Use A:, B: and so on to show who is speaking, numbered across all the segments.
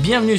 A: Bienvenue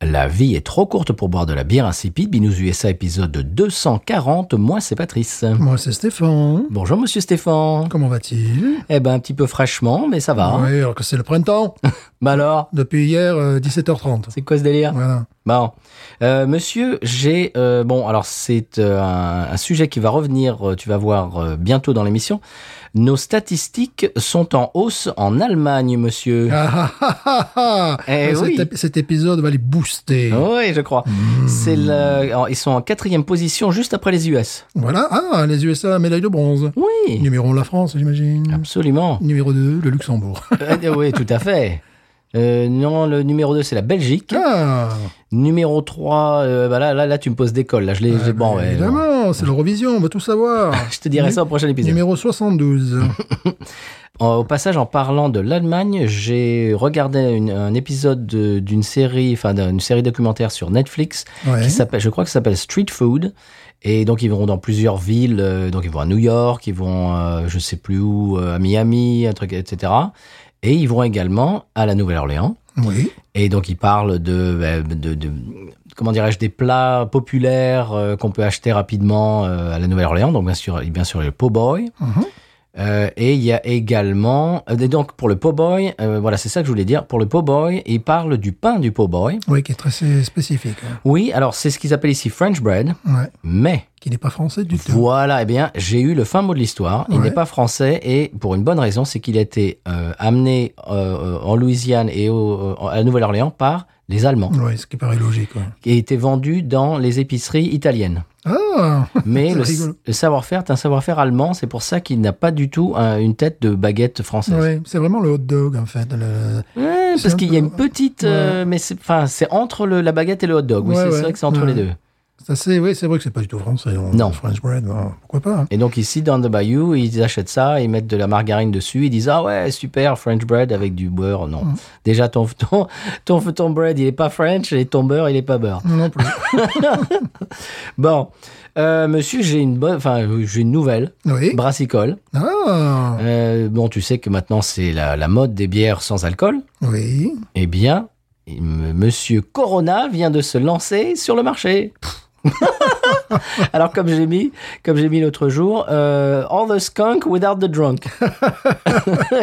A: La vie est trop courte pour boire de la bière insipide. Binous USA épisode 240. Moi, c'est Patrice.
B: Moi, c'est Stéphane.
A: Bonjour, monsieur Stéphane.
B: Comment va-t-il
A: Eh ben, un petit peu fraîchement, mais ça va. hein.
B: Oui, alors que c'est le printemps.
A: Bah alors,
B: Depuis hier, euh, 17h30.
A: c'est quoi ce délire
B: Voilà.
A: Bon, Euh, monsieur, j'ai euh, bon, alors c'est euh, un, un sujet qui va revenir, euh, tu vas voir euh, bientôt dans l'émission. Nos statistiques sont en hausse en Allemagne, monsieur.
B: Ah, ah, ah, ah, ah.
A: Eh
B: Cet,
A: oui. Oh.
B: ép- cet épisode va les booster. Mm.
A: Oui, je
B: Hmm.
A: crois. C'est le- alors, ils sont en quatrième position, juste après les US.
B: Voilà. Ah, les USA, médaille de bronze.
A: Oui,
B: Numéro 1, la France, j'imagine.
A: absolument.
B: Numéro 2, le Luxembourg.
A: Euh, oui, tout à fait. Euh, non, le numéro 2, c'est la Belgique.
B: Ah,
A: Numéro 3, bah là, là, là, tu me poses des cols. Là, je l'ai. je l'ai- bon, ouais, non.
B: Ah, bah, évidemment, c'est l'Eurovision, on veut tout savoir.
A: Je te dirai ça au prochain épisode.
B: Numéro 72.
A: En- Au passage, en parlant de l'Allemagne, j'ai regardé une- un épisode de- d'une série, enfin d'une série documentaire sur Netflix
B: Ouais.
A: qui s'appelle, je crois que ça s'appelle Street Food. Et donc ils vont dans plusieurs villes, euh, donc ils vont à New York, ils vont euh, je sais plus où, euh, à Miami, un truc, etc. Et ils vont également à la Nouvelle-Orléans.
B: Oui.
A: Et donc ils parlent de, euh, de, de- comment dirais-je, des plats populaires euh, qu'on peut acheter rapidement euh, à la Nouvelle-Orléans. Donc bien sûr, bien sûr le po' boy.
B: Mhm.
A: Euh, et il y a également, euh, donc pour le po' boy, euh, voilà, c'est ça que je voulais dire. Pour le po' boy, ils parlent du pain du po' boy.
B: Oui, qui est très spécifique. hein.
A: Oui, alors c'est ce qu'ils appellent ici French bread,
B: Ouais.
A: mais
B: Qui n'est pas français du tout.
A: voilà, eh bien, j'ai eu le fin mot de l'histoire. Il
B: Ouais.
A: n'est pas français et pour une bonne raison, c'est qu'il a été euh, amené euh, en Louisiane et au- euh, à la Nouvelle-Orléans par les Allemands
B: Oui, ce qui paraît logique. ouais.
A: et était vendu dans les épiceries italiennes.
B: Ah
A: Mais
B: C'est
A: le,
B: rigolo.
A: le savoir-faire est un savoir-faire allemand, c'est pour ça qu'il n'a pas du tout un- une tête de baguette française.
B: Oui, c'est vraiment le hot dog en fait. le-
A: Ouais,
B: C'est
A: parce
B: un
A: qu'il
B: peu-
A: y a une petite, euh, mais c'est, enfin, c'est entre le, la baguette et le hot dog. Oui,
B: Ouais,
A: c'est
B: ouais.
A: vrai que c'est entre
B: Ouais.
A: les deux.
B: C'est assez- oui, c'est vrai que c'est pas du tout français. on-
A: Non.
B: French bread, non, pourquoi pas hein.
A: Et donc ici, dans The Bayou, ils achètent ça, ils mettent de la margarine dessus, ils disent ah ouais super French bread avec du beurre.
B: Mm.
A: Non, déjà ton ton ton, ton bread il est pas French et ton beurre il est pas beurre.
B: Non plus.
A: Bon, euh, monsieur, j'ai une bonne, enfin j'ai une nouvelle.
B: Oui.
A: Brassicole.
B: Ah
A: Euh, bon, tu sais que maintenant c'est la, la mode des bières sans alcool.
B: Oui.
A: Eh bien, il me- Monsieur Corona vient de se lancer sur le marché. Alors comme j'ai mis, comme j'ai mis l'autre jour, euh, all the skunk without the drunk.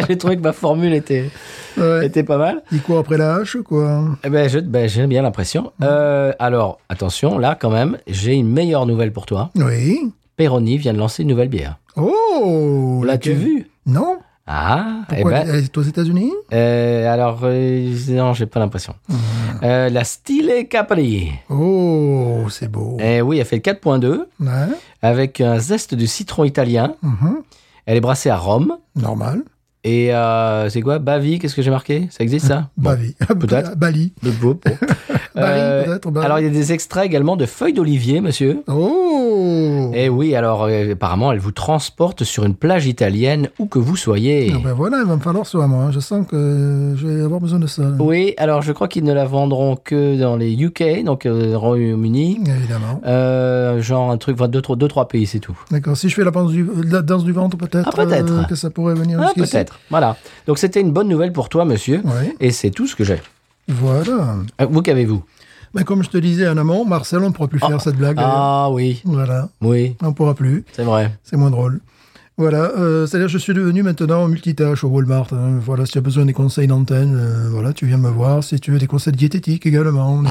A: j'ai trouvé que ma formule était,
B: Ouais.
A: était pas mal.
B: Il court après la hache, quoi.
A: Eh ben, je- ben, j'ai bien l'impression. Euh, alors attention, là quand même, j'ai une meilleure nouvelle pour toi.
B: Oui.
A: Peroni vient de lancer une nouvelle bière.
B: Oh
A: L'as-tu
B: laquelle-
A: vu
B: Non.
A: Ah, eh
B: Pourquoi
A: ben,
B: Elle est aux États-Unis
A: Euh, alors, euh, non, j'ai pas l'impression.
B: Ah.
A: Euh, la Stile Capri.
B: Oh, c'est beau.
A: Eh oui, elle fait 4.2
B: Ouais.
A: avec un zeste de citron italien.
B: Mhm.
A: Elle est brassée à Rome.
B: Normal.
A: Et euh, c'est quoi Bavi, qu'est-ce que j'ai marqué Ça existe ça Bon.
B: Bali.
A: peut-être.
B: Bali.
A: Le beau, bon.
B: Bali,
A: Euh,
B: peut-être. Bali.
A: Alors, il y a des extraits également de feuilles d'olivier, monsieur.
B: Oh
A: Eh oui, alors euh, apparemment, elle vous transporte sur une plage italienne où que vous soyez.
B: Ah ben voilà, il va me falloir ça, moi. hein. Je sens que je vais avoir besoin de ça.
A: Oui, alors je crois qu'ils ne la vendront que dans les UK, donc euh, Royaume-Uni.
B: Évidemment.
A: Euh, genre un truc, enfin deux, trois, deux, trois pays, c'est tout.
B: D'accord. Si je fais la danse du, la danse du ventre, peut-être
A: Ah, peut-être.
B: euh, que ça pourrait venir
A: Ah,
B: jusqu'ici.
A: peut-être. Voilà. Donc c'était une bonne nouvelle pour toi, monsieur.
B: Oui,
A: Et c'est tout ce que j'ai.
B: voilà.
A: Euh, Vous qu'avez-vous
B: Mais comme je te disais en amont, Marcel, on ne pourra plus faire cette blague. d'ailleurs.
A: Ah oui,
B: Voilà,
A: oui,
B: on ne pourra plus.
A: c'est vrai.
B: C'est moins drôle. Voilà, euh, c'est-à-dire que je suis devenu maintenant multitâche au Walmart. hein. Voilà, si tu as besoin des conseils d'antenne, euh, voilà, tu viens me voir. Si tu veux des conseils diététiques également, des-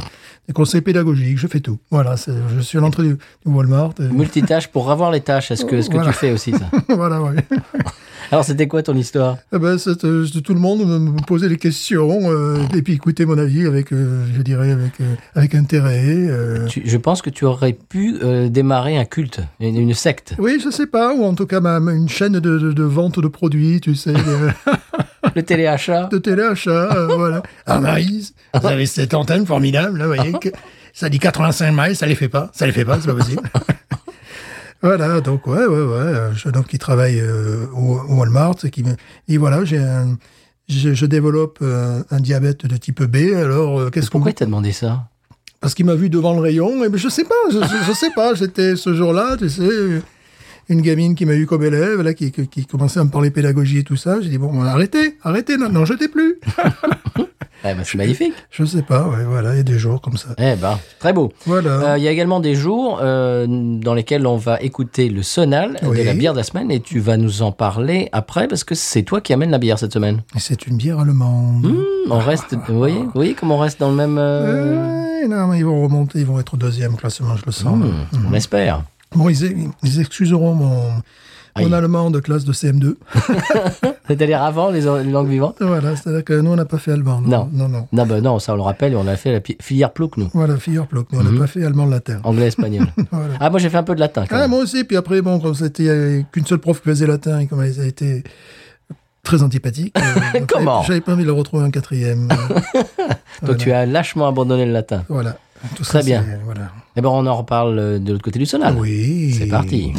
B: des conseils pédagogiques, je fais tout. Voilà, c'est- je suis à l'entrée du, du Walmart. et-
A: Multitâche pour avoir les tâches, est-ce que, est-ce que
B: Voilà.
A: tu fais aussi ça
B: voilà, ouais.
A: Alors c'était quoi ton histoire
B: Eh ben, c'est, euh, c'est tout le monde me me posait des questions euh, et puis écouter mon avis avec, euh, je dirais, avec, euh, avec intérêt. euh.
A: Tu- Je pense que tu aurais pu euh, démarrer un culte, une, une secte.
B: Oui, je sais pas, ou en tout cas ma- ma- une chaîne de, de- de vente de produits, tu sais. euh.
A: le téléachat.
B: de téléachat, euh, voilà. Ah, Maryse, vous avez cette antenne formidable, là, vous voyez, que ça dit 85 miles, ça les fait pas, ça les fait pas, c'est pas possible. voilà, donc, ouais, ouais, ouais, euh, je- donc, qui travaille euh, au, au Walmart, et qui me dit, voilà, j'ai un- je, je développe euh, un diabète de type B, alors, euh, qu'est-ce qu'on
A: Pourquoi il t'a demandé ça
B: parce qu'il m'a vu devant le rayon, et ben, je sais pas, je, je- je sais pas, j'étais ce jour-là, tu sais, une gamine qui m'a eu comme élève, là, qui, qui- qui commençait à me parler pédagogie et tout ça, j'ai dit, bon, ben, arrêtez, arrêtez, non, non, jetez plus.
A: Eh ben, C'est magnifique.
B: Je sais pas, ouais, voilà, il y a des jours comme ça.
A: Eh ben, très beau.
B: Voilà.
A: Euh, Il y a également des jours euh, dans lesquels on va écouter le sonal de
B: Oui.
A: la bière de la semaine et tu vas nous en parler après parce que c'est toi qui amène la bière cette semaine.
B: Et C'est une bière allemande.
A: Hmm, on reste, vous voyez, vous voyez comme on reste dans le même. euh,
B: Ouais, non, mais ils vont remonter, ils vont être au deuxième classement, je le sens.
A: hmm, On espère.
B: Bon, ils, ils excuseront mon, mon
A: Aïe.
B: allemand de classe de CM2.
A: C'est-à-dire avant les, les langues vivantes
B: voilà, c'est-à-dire que nous, on n'a pas fait allemand.
A: Non.
B: Non, non.
A: Non, ben non, ça on le rappelle, on a fait la pi- filière plouc, nous.
B: Voilà, Feuerplock, mais on n'a
A: Mmh.
B: pas fait allemand-latin.
A: Anglais, espagnol. Ah, moi j'ai fait un peu de latin quand
B: Ah,
A: même.
B: moi aussi. Puis après, bon, comme c'était euh, qu'une seule prof qui faisait latin et comme elle a été très antipathique. euh, j'avais-
A: Comment
B: J'avais pas envie de le retrouver en quatrième. euh,
A: Donc tu as lâchement abandonné le latin.
B: voilà. Tout
A: Très
B: ça,
A: bien.
B: c'est- Voilà.
A: Eh ben on en reparle euh, de l'autre côté du sonal.
B: Ah Oui.
A: C'est parti.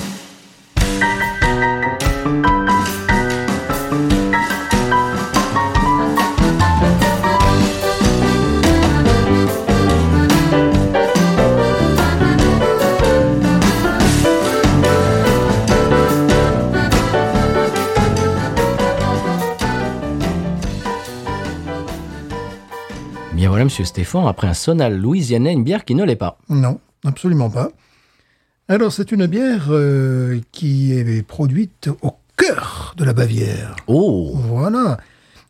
A: Bien voilà, monsieur Stéphane, après un sonal louisianais, une bière qui ne l'est pas.
B: Non, absolument pas. Alors, c'est une bière euh, qui est produite au cœur de la Bavière.
A: Oh
B: Voilà.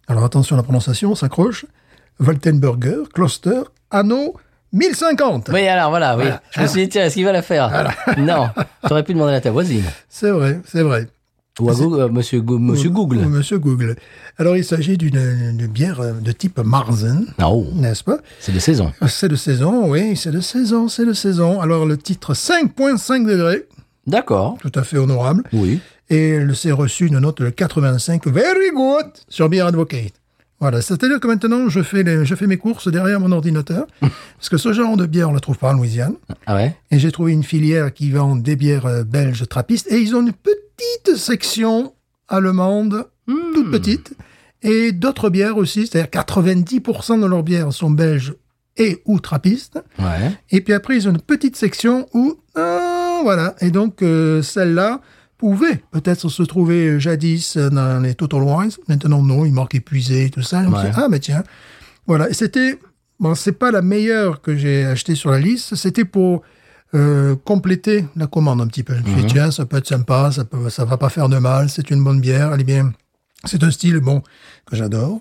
B: Alors, attention à la prononciation, on s'accroche. Waltenburger, Kloster, anno 1050.
A: Oui, alors voilà, oui. Je me suis dit, tiens, est-ce qu'il va la faire Non, t'aurais pu demander à ta voisine.
B: C'est vrai, c'est vrai.
A: Ou à Gou- euh, monsieur, Gou- monsieur
B: Ou-
A: Google.
B: ou Monsieur Google. Alors, il s'agit d'une d'une bière euh, de type Marzen,
A: Non,
B: n'est-ce pas
A: Ah, oh, c'est de saison.
B: C'est de saison, oui, c'est de saison, c'est de saison. Alors, le titre 5.5 degrés,
A: D'accord.
B: tout à fait honorable.
A: Oui.
B: Et le s'est reçu une note de 85, very good, sur Beer Advocate. Voilà, c'est-à-dire que maintenant, je fais, les- je fais mes courses derrière mon ordinateur, parce que ce genre de bière, on ne la trouve pas en Louisiane.
A: Ah ouais
B: Et j'ai trouvé une filière qui vend des bières euh, belges trappistes. Et ils ont une petite section allemande, Hmm.
A: Hmm.
B: toute petite. Et d'autres bières aussi, c'est-à-dire 90% de leurs bières sont belges et ou trappistes.
A: Ouais.
B: Et puis après, ils ont une petite section où... euh, voilà. Et donc, euh, celle-là pouvait peut-être se trouver euh, jadis dans les Total Wines. Maintenant, non, il manque épuisé et tout ça. Et on
A: Ouais.
B: se dit, ah, mais tiens. Voilà. Et c'était... Bon, c'est pas la meilleure que j'ai achetée sur la liste. C'était pour euh, compléter la commande un petit peu. Je me suis dit, tiens, ça peut être sympa, ça peut, ça va pas faire de mal, c'est une bonne bière, elle est bien. C'est un style, bon, que j'adore,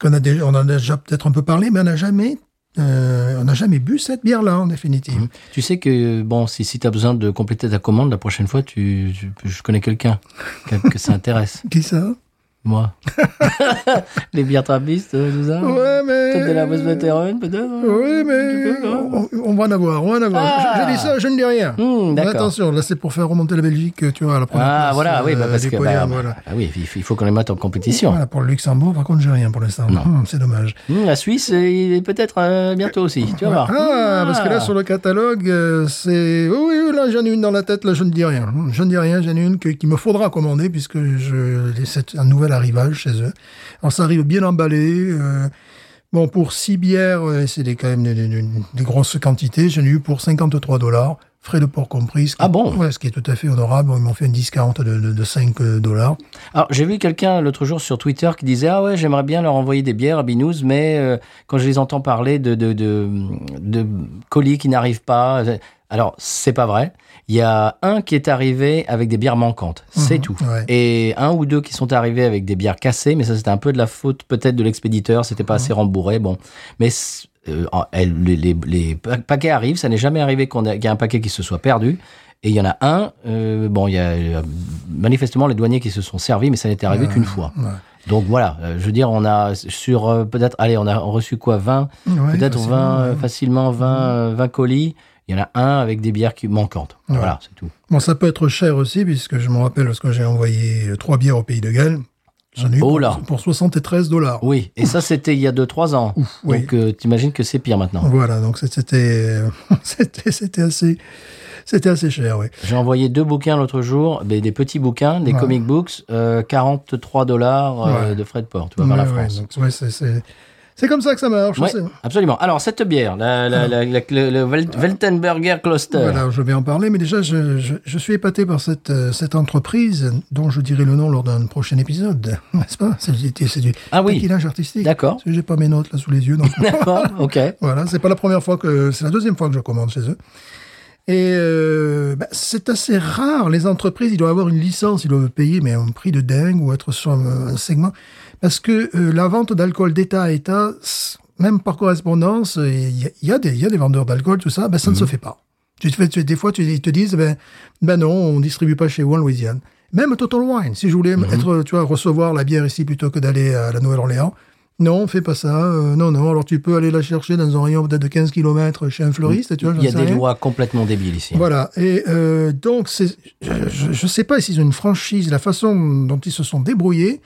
B: qu'on a déjà, on en a déjà peut-être un peu parlé, mais on n'a jamais, euh, on n'a jamais bu cette bière-là, en définitive.
A: Tu sais que, bon, si, si t'as besoin de compléter ta commande, la prochaine fois, tu, tu- je connais quelqu'un que, que ça intéresse.
B: Qui ça?
A: Moi. Les bières trappistes, euh, tout ça
B: Ouais, mais.
A: Peut-être de la Westwateren, peut-être hein.
B: Oui,
A: Un
B: mais
A: petit peu, non
B: on, on va en avoir, on va en avoir.
A: Ah.
B: Je, je dis ça, je ne dis rien.
A: Hmm,
B: Mais
A: d'accord.
B: attention, là c'est pour faire remonter la Belgique, tu vois, à la première
A: Ah,
B: place,
A: voilà, oui,
B: euh,
A: bah, parce
B: du
A: que.
B: podium,
A: bah,
B: voilà.
A: bah, oui, il faut- il faut qu'on les mette en compétition.
B: Voilà, pour le Luxembourg, par contre, j'ai rien pour l'instant. Hum, c'est dommage.
A: Hmm, la Suisse, euh, il est peut-être euh, bientôt aussi. Tu vas voir.
B: Ah, parce que là, sur le catalogue, euh, c'est. Oui, oui, là, j'en ai une dans la tête, là, je ne dis rien. Je ne dis rien, j'en ai une que- qu'il me faudra commander, puisque je... c'est un nouvel arrivage chez eux. Alors, ça arrive bien emballé. euh, Bon, pour 6 bières, euh, c'est des- quand même des, des- des- des grosses quantités. J'en ai eu pour 53 dollars, frais de port compris. ce qui-
A: Ah bon
B: Ouais, ce qui est tout à fait honorable. Bon, Ils m'ont fait une discount de, de, de 5 dollars.
A: Ah. Alors, j'ai vu quelqu'un l'autre jour sur Twitter qui disait Ah ouais, j'aimerais bien leur envoyer des bières à Binous, mais euh, quand je les entends parler de, de, de, de colis qui n'arrivent pas. euh, Alors, c'est pas vrai. Il y a un qui est arrivé avec des bières manquantes. C'est tout.
B: ouais.
A: Et un ou deux qui sont arrivés avec des bières cassées, mais ça, c'était un peu de la faute peut-être de l'expéditeur. C'était
B: Ah.
A: pas assez rembourré. Bon. Mais. c- euh, en- elle- les, les- les pa- paquets arrivent, ça n'est jamais arrivé qu'on a- qu'il y ait un paquet qui se soit perdu. Et il y en a un, euh, bon, il y a euh, manifestement les douaniers qui se sont servis, mais ça n'était
B: Ah.
A: arrivé qu'une fois. Donc voilà, euh, je veux dire, on a sur euh, peut-être, allez, on a reçu quoi, 20,
B: Ouais, bah,
A: peut-être
B: facilement,
A: 20, euh,
B: ouais.
A: facilement 20, euh, 20 colis. Il y en a un avec des bières qui manquantes. Voilà, c'est tout.
B: Bon, ça peut être cher aussi, puisque je me rappelle lorsque j'ai envoyé euh, trois bières au Pays de Galles. J'en ai eu
A: Oh
B: pour-
A: là. Oh.
B: pour, 73 dollars.
A: Oui, et ça, c'était il y a 2-3 ans.
B: oui.
A: Donc, euh, t'imagines que c'est pire maintenant.
B: Voilà, donc c'était c'était c'était assez c'était assez cher, oui.
A: J'ai envoyé deux bouquins l'autre jour, des, des petits bouquins, des
B: Ouais.
A: comic books, euh, 43 dollars euh,
B: Ouais.
A: de frais de port, tu vois, vers la
B: Ouais, ouais,
A: France.
B: donc, ouais, c'est- c'est c'est comme ça que ça marche.
A: Ouais,
B: c'est- Ah.
A: absolument. Alors, cette bière, la, la, la- la- le, le Wel- Weltenberger Kloster.
B: Voilà, je vais en parler, mais déjà, je, je- je suis épaté par cette, euh, cette entreprise dont je dirai le nom lors d'un prochain épisode, n'est-ce pas C'est du, c'est du
A: Ah oui.
B: taquinage artistique.
A: D'accord.
B: Parce que J'ai pas mes notes là sous les yeux, donc
A: D'accord, ok.
B: voilà, c'est pas la première fois que c'est la deuxième fois que je commande chez eux. Et euh, bah, c'est assez rare. Les entreprises, ils doivent avoir une licence, ils doivent payer, mais un prix de dingue ou être sur un, un segment, parce que euh, la vente d'alcool d'État à État, s- même par correspondance, euh, il y, a- il y a des il y a des vendeurs d'alcool, tout ça, bah, ça ne se
A: Mhm.
B: fait pas. Tu te fais, tu- des fois, tu, ils te disent, ben, ben non, on distribue pas chez vous en Louisiane. Même Total Wine, si
A: Mhm.
B: je voulais être, tu vois, recevoir la bière ici plutôt que d'aller à la Nouvelle-Orléans, non, fais pas ça. euh, non, non. Alors tu peux aller la chercher dans un rayon peut-être de 15 km chez un fleuriste, tu vois.
A: Il y a
B: j'en sais
A: des
B: rien.
A: lois complètement débiles ici.
B: Voilà. Et euh, donc, c'est, je ne sais pas s'ils ont une franchise, la façon dont ils se sont débrouillés.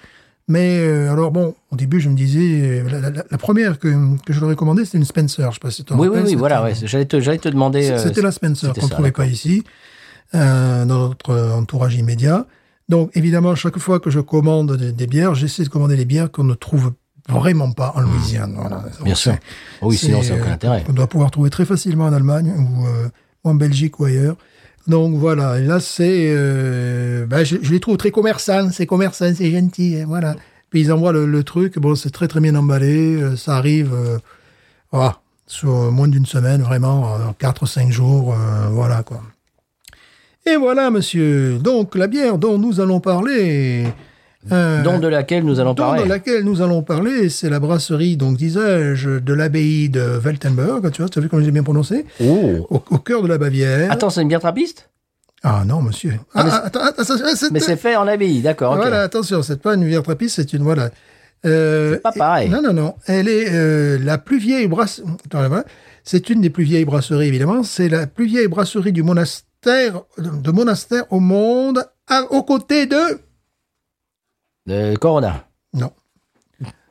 B: Mais euh, alors, bon, au début, je me disais, euh, la, la- la- la première que, que je leur ai commandée, c'était une Spencer. Je sais pas si tu te
A: Oui, oui,
B: rappelles,
A: oui,
B: c'était-
A: voilà, ouais, j'allais te, j'allais te demander. euh,
B: c'était la Spencer
A: c'était
B: qu'on ne
A: ça,
B: trouvait pas ici, euh, dans notre euh, entourage immédiat. Donc, évidemment, chaque fois que je commande des, des bières, j'essaie de commander les bières qu'on ne trouve vraiment pas en Louisiane. Voilà.
A: Mmh. Bien
B: Donc,
A: sûr.
B: c'est-
A: Oui, sinon, ça n'a
B: euh,
A: aucun intérêt.
B: On doit pouvoir trouver très facilement en Allemagne ou, euh, ou en Belgique ou ailleurs. Donc voilà, et là c'est, euh, ben, je, je les trouve très commerçants, c'est commerçants, c'est gentil, hein, voilà. Puis ils envoient le, le truc, bon c'est très très bien emballé, euh, ça arrive euh, voilà, sur euh, moins d'une semaine, vraiment, euh, quatre cinq jours, euh, voilà quoi. Et voilà monsieur, donc la bière dont nous allons parler, euh,
A: Dont de laquelle nous allons
B: dont
A: parler.
B: de laquelle nous allons parler, c'est la brasserie, donc disais-je, de l'abbaye de Weltenberg, tu vois, tu as vu comment j'ai bien prononcé
A: Oh.
B: au, au cœur de la Bavière.
A: Attends, c'est une bière trappiste
B: Ah non, monsieur.
A: Ah, mais
B: Ah, attends, attends, attends, c'est-
A: Mais c'est fait en abbaye, d'accord, ok.
B: Voilà, attention, c'est pas une bière trappiste, c'est une voilà. Euh,
A: C'est pas pareil.
B: Non, non, non. Elle est euh, la plus vieille brasserie. C'est une des plus vieilles brasseries, évidemment. C'est la plus vieille brasserie du monastère, de monastère au monde, à- aux côtés de.
A: De Euh, Corona.
B: Non.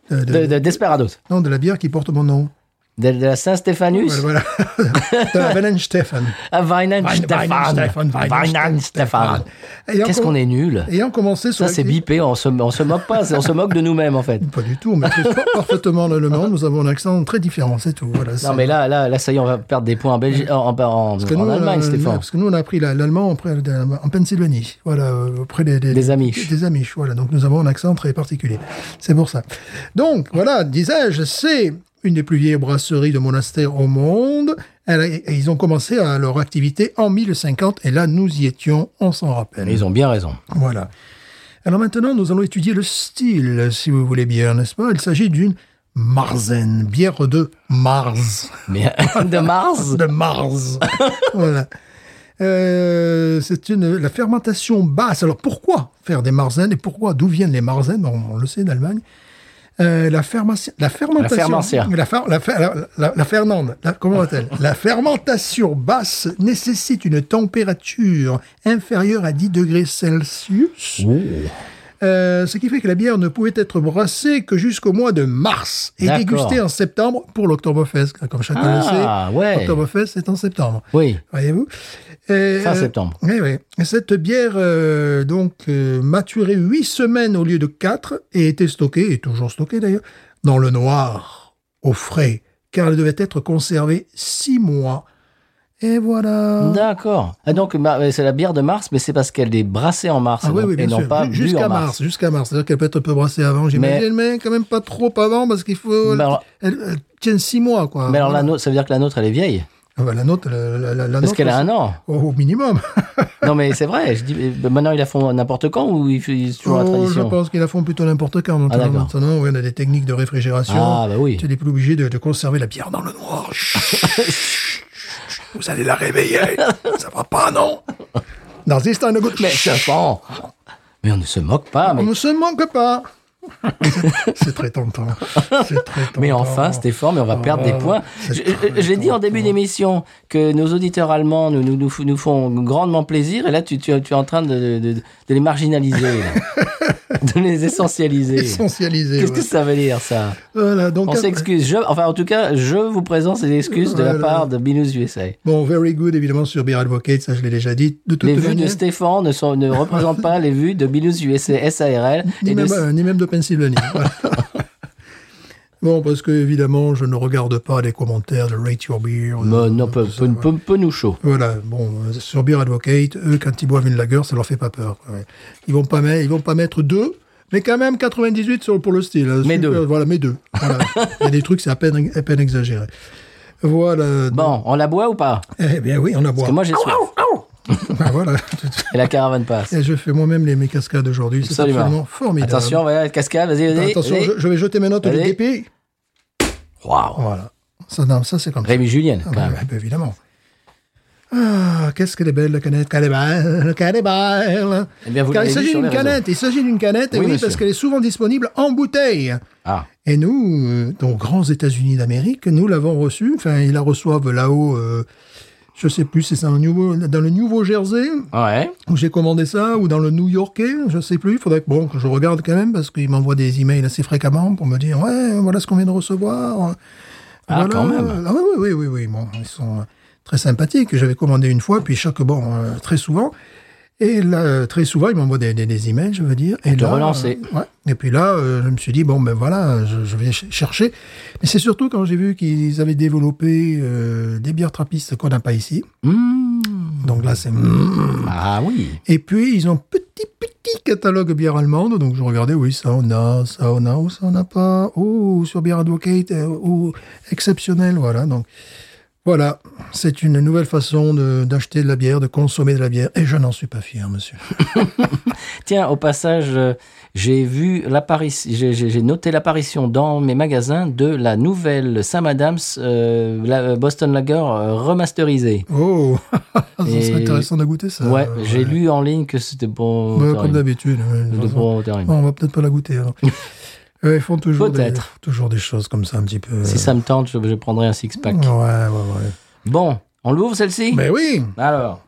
B: De- de-
A: De, de- Desperados.
B: non, de la bière qui porte mon nom.
A: De, de la Saint-Stéphanus
B: Voilà. voilà. de la Wellenstefan.
A: à Weihnachtsstefan.
B: Weihnachtsstefan,
A: Weihnachtsstefan.
B: Weihnachtsstefan. Et
A: Qu'est-ce
B: encore-
A: qu'on est nul
B: Ayant commencé sur
A: Ça, c'est
B: l'acti-
A: bipé, on se, on se moque pas, c'est- on se moque de nous-mêmes, en fait.
B: Pas du tout, mais c'est pas parfaitement l'allemand. Nous avons un accent très différent, c'est tout. Voilà, c'est-
A: Non, mais là, là, là, ça y est, on va perdre des points en, Belgique, en, en- en-
B: Parce que
A: en
B: nous,
A: Allemagne,
B: euh, non,
A: Stéphane.
B: Parce que nous, on a appris la- l'allemand auprès de- en Pennsylvanie, voilà, euh, auprès des,
A: Des Amish.
B: Des Amish, voilà. Donc nous avons un accent très particulier. C'est pour ça. Donc, voilà, disais-je, c'est une des plus vieilles brasseries de monastère au monde. Elle a- et ils ont commencé à leur activité en 1050, et là, nous y étions, on s'en rappelle.
A: Mais Ils ont bien raison.
B: Voilà. Alors maintenant, nous allons étudier le style, si vous voulez bien, n'est-ce pas Il s'agit d'une Marzen, bière de Mars.
A: Mais de Mars
B: De Mars. voilà. Euh, c'est une la fermentation basse. Alors pourquoi faire des Marzen et pourquoi d'où viennent les Marzen on, on le sait d'Allemagne. Euh, la, fermation, la fermentation,
A: fermentière.
B: la, fer- la, fer- la, la- la Fernande, la- comment va-t-elle La fermentation basse nécessite une température inférieure à 10 degrés Celsius. Euh, ce qui fait que la bière ne pouvait être brassée que jusqu'au mois de mars et
A: D'accord.
B: dégustée en septembre pour l'Octoberfest. Comme chacun
A: Ah,
B: le sait,
A: ouais.
B: l'Octoberfest c'est en septembre.
A: Oui,
B: Voyez-vous Et,
A: fin
B: euh,
A: septembre.
B: oui, oui. Et Cette bière, euh, donc, euh, maturée 8 semaines au lieu de 4 et était stockée, et toujours stockée d'ailleurs, dans le noir, au frais, car elle devait être conservée 6 mois. Et voilà.
A: D'accord. Ah, donc, ma- c'est la bière de Mars, mais c'est parce qu'elle est brassée en Mars
B: Ah
A: et
B: oui,
A: non,
B: oui,
A: et
B: bien
A: non
B: sûr.
A: pas
B: Ju-
A: bue
B: Jusqu'à
A: en
B: mars.
A: Mars.
B: jusqu'à mars. C'est-à-dire qu'elle peut être un peu brassée avant, j'imagine, mais... quand même pas trop avant, parce qu'il faut.
A: Mais alors-
B: Elle, elle tient 6 mois, quoi.
A: Mais alors, la nôtre, ça veut dire que la nôtre, elle est vieille
B: Ah bah, la nôtre, la, la- la- la
A: Parce
B: nôtre,
A: qu'elle a un an.
B: au, au minimum.
A: Non, mais c'est vrai. Je dis, mais maintenant, ils la font n'importe quand ou ils font toujours la
B: Oh, je
A: tradition Ah,
B: pense qu'ils la font plutôt n'importe quand. Maintenant,
A: d'accord.
B: maintenant, oui, on a des techniques de réfrigération.
A: Ah, bah oui.
B: Tu n'es plus obligé de, de conserver la bière dans le noir. Chut. Vous allez la réveiller. Ça va pas, non Dans this time, good-
A: Mais Stéphane Eh, Mais on ne se moque pas.
B: On
A: Mais,
B: ne se manque pas. C'est très tentant. C'est très tentant.
A: mais enfin, Stéphane, mais on va perdre des points.
B: Ah, c'est
A: Je- je- J'ai dit en début d'émission que nos auditeurs allemands nous, nous, nous, f- nous font grandement plaisir et là, tu, tu, tu es en train de, de- de les marginaliser. là. de les essentialiser.
B: Essentialisé.
A: Qu'est-ce
B: ouais.
A: que ça veut dire ça
B: Voilà, donc
A: On
B: après-
A: s'excuse. Je- Enfin, en tout cas, je vous présente ces excuses de la
B: Voilà.
A: part de Binous USA.
B: Bon, very good, évidemment, sur Beer Advocate, ça je l'ai déjà dit. De toute
A: Les vues de
B: manière,
A: Stéphane ne, sont, ne représentent pas les vues de Binous USA SARL.
B: ni,
A: et de-
B: même, euh, ni même de Pennsylvanie. Voilà. bon, parce que, évidemment, je ne regarde pas les commentaires de Rate Your Beer.
A: Mais Bah, non,
B: tout
A: peu,
B: ça,
A: peu,
B: voilà.
A: peu- peu nous chaud.
B: Voilà, bon, euh, sur Beer Advocate, eux, quand ils boivent une lager, ça leur fait pas peur. ouais. Ils vont pas mettre, ils vont pas mettre deux, mais quand même 98 sur, pour le style. hein.
A: Mais
B: Super,
A: deux.
B: Voilà, mais deux. Voilà. Il y a des trucs, c'est à peine, à peine exagéré. Voilà.
A: Bon, on la boit ou pas
B: Eh bien oui, on a boit.
A: Parce que moi j'ai soif.
B: Ah, voilà.
A: Et la caravane passe.
B: Et je fais moi-même les mes cascades aujourd'hui. C'est
A: Absolument.
B: absolument formidable.
A: Attention, voilà, la cascade, vas-y, vas-y.
B: Attention,
A: vas-y.
B: je, je vais jeter mes notes au
A: Allez.
B: DP.
A: Waouh.
B: Voilà. Ça, non, ça c'est comme ça.
A: Rémi Julien,
B: Ah,
A: quand même.
B: bah, bah, évidemment. Ah, qu'est-ce qu'elle est belle, la canette. Qu'elle est belle, qu'elle est belle.
A: Eh bien, vous
B: Car
A: l'avez
B: il
A: vu
B: s'agit
A: sur
B: d'une
A: les réseaux.
B: canette. Il s'agit d'une canette, et
A: Oui,
B: oui,
A: monsieur.
B: parce qu'elle est souvent disponible en bouteille.
A: Ah,
B: Et nous, euh, aux grands États-Unis d'Amérique, nous l'avons reçu. Enfin, ils la reçoivent là-haut. euh, je sais plus, c'est ça, dans le Nouveau- dans le Nouveau-Jersey,
A: ouais.
B: où j'ai commandé ça, ou dans le New Yorkais, je sais plus. Il faudrait que, bon, que je regarde quand même, parce qu'ils m'envoient des emails assez fréquemment pour me dire, ouais, voilà ce qu'on vient de recevoir. Euh,
A: Ah,
B: Voilà.
A: quand même.
B: Ah, oui, oui, oui, oui, oui. Bon, ils sont euh, très sympathiques. J'avais commandé une fois, puis chaque, bon, euh, très souvent. Et là, euh, très souvent, ils m'envoient des, des, des emails, je veux dire. Et
A: te
B: là,
A: relancer.
B: euh, ouais. Et puis là, euh, je me suis dit, bon, ben voilà, je, je vais ch- chercher. Mais c'est surtout quand j'ai vu qu'ils avaient développé euh, des bières trappistes qu'on n'a pas ici.
A: Mmh.
B: Donc là, c'est... hmm,
A: Ah oui.
B: Et puis, ils ont un petit, petit catalogue bière allemande. Donc, je regardais, oui, ça on a, ça on a, ou ça on n'a pas. Oh, sur Beer Advocate, euh, oh, exceptionnel, voilà. Donc, voilà, c'est une nouvelle façon de- d'acheter de, la bière, de consommer de la bière. Et je n'en suis pas fier, monsieur.
A: Tiens, au passage, euh, j'ai vu l'apparition, j'ai- j'ai j'ai noté l'apparition dans mes magasins de la nouvelle Sam Adams euh, la- euh, Boston Lager euh, remasterisée.
B: Oh, ça
A: Et-
B: serait intéressant de goûter ça.
A: ouais,
B: Euh,
A: j'ai lu en ligne que c'était bon.
B: Ouais,
A: terrible.
B: comme d'habitude. hein. ouais, de toute
A: de
B: façon.
A: bon terrible.
B: Bon, on va peut-être pas la goûter, alors. Euh, ils font toujours des,
A: Peut-être.
B: toujours des choses comme ça, un petit peu.
A: Si ça me tente, je, je prendrai un six pack.
B: Ouais, ouais, ouais.
A: Bon, on l'ouvre celle-ci.
B: Mais oui!
A: Alors,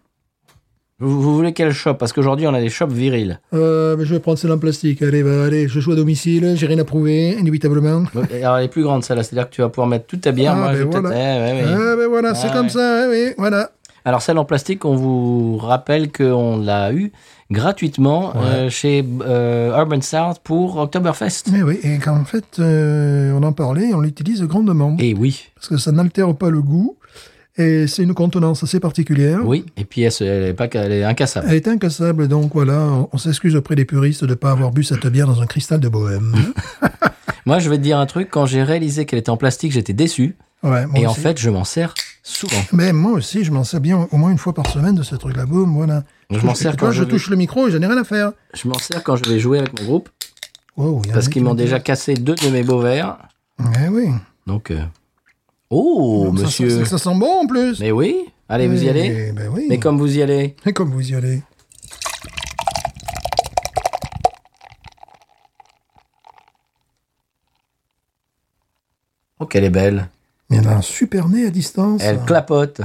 A: vous, vous voulez quelle shop Parce qu'aujourd'hui on a des shops virils.
B: Euh, mais je vais prendre celle en plastique. Allez, va, allez, je joue à domicile, j'ai rien à prouver, indubitablement.
A: Alors les plus grandes celles-là, c'est-à-dire que tu vas pouvoir mettre toute ta bière.
B: Ah,
A: moi,
B: ben
A: je vais peut-être- eh, ouais, ouais.
B: Ah, ben voilà, c'est
A: Ah,
B: comme
A: ouais.
B: ça, hein, oui, voilà.
A: Alors celle en plastique, on vous rappelle qu'on l'a eu gratuitement
B: Ouais.
A: euh, chez euh, Urban South pour Oktoberfest.
B: Mais oui, et qu'en fait, euh, on en parlait, on l'utilise grandement.
A: Et oui,
B: Parce que ça n'altère pas le goût, et c'est une contenance assez particulière.
A: oui. Et puis elle, se- elle est pas, ca- elle est incassable.
B: Elle est incassable, donc voilà, on, on s'excuse auprès des puristes de ne pas avoir bu cette bière dans un cristal de bohème.
A: Moi, je vais te dire un truc. Quand j'ai réalisé qu'elle était en plastique, j'étais déçu.
B: Ouais, moi
A: et en
B: aussi.
A: fait, je m'en sers souvent.
B: Mais moi aussi, je m'en sers bien au moins une fois par semaine de ce truc-là, boum, voilà.
A: Je m'en sers quand
B: Toi, je
A: je vais-
B: touche le micro et j'en ai rien à faire. Oh,
A: Je m'en sers quand je vais jouer avec mon groupe
B: Wow, il y en a
A: parce
B: qui
A: qu'ils m'ont
B: me disent-
A: déjà cassé deux de mes beaux verres.
B: Eh oui.
A: Donc, euh, oh,
B: Ça-
A: monsieur.
B: Ça, ça sent bon en plus.
A: Mais oui. Allez, vous y allez.
B: Eh ben oui.
A: Mais comme vous y allez.
B: Et comme vous y allez.
A: Oh, qu'elle est belle.
B: Il y en a un super nez à distance.
A: Elle clapote.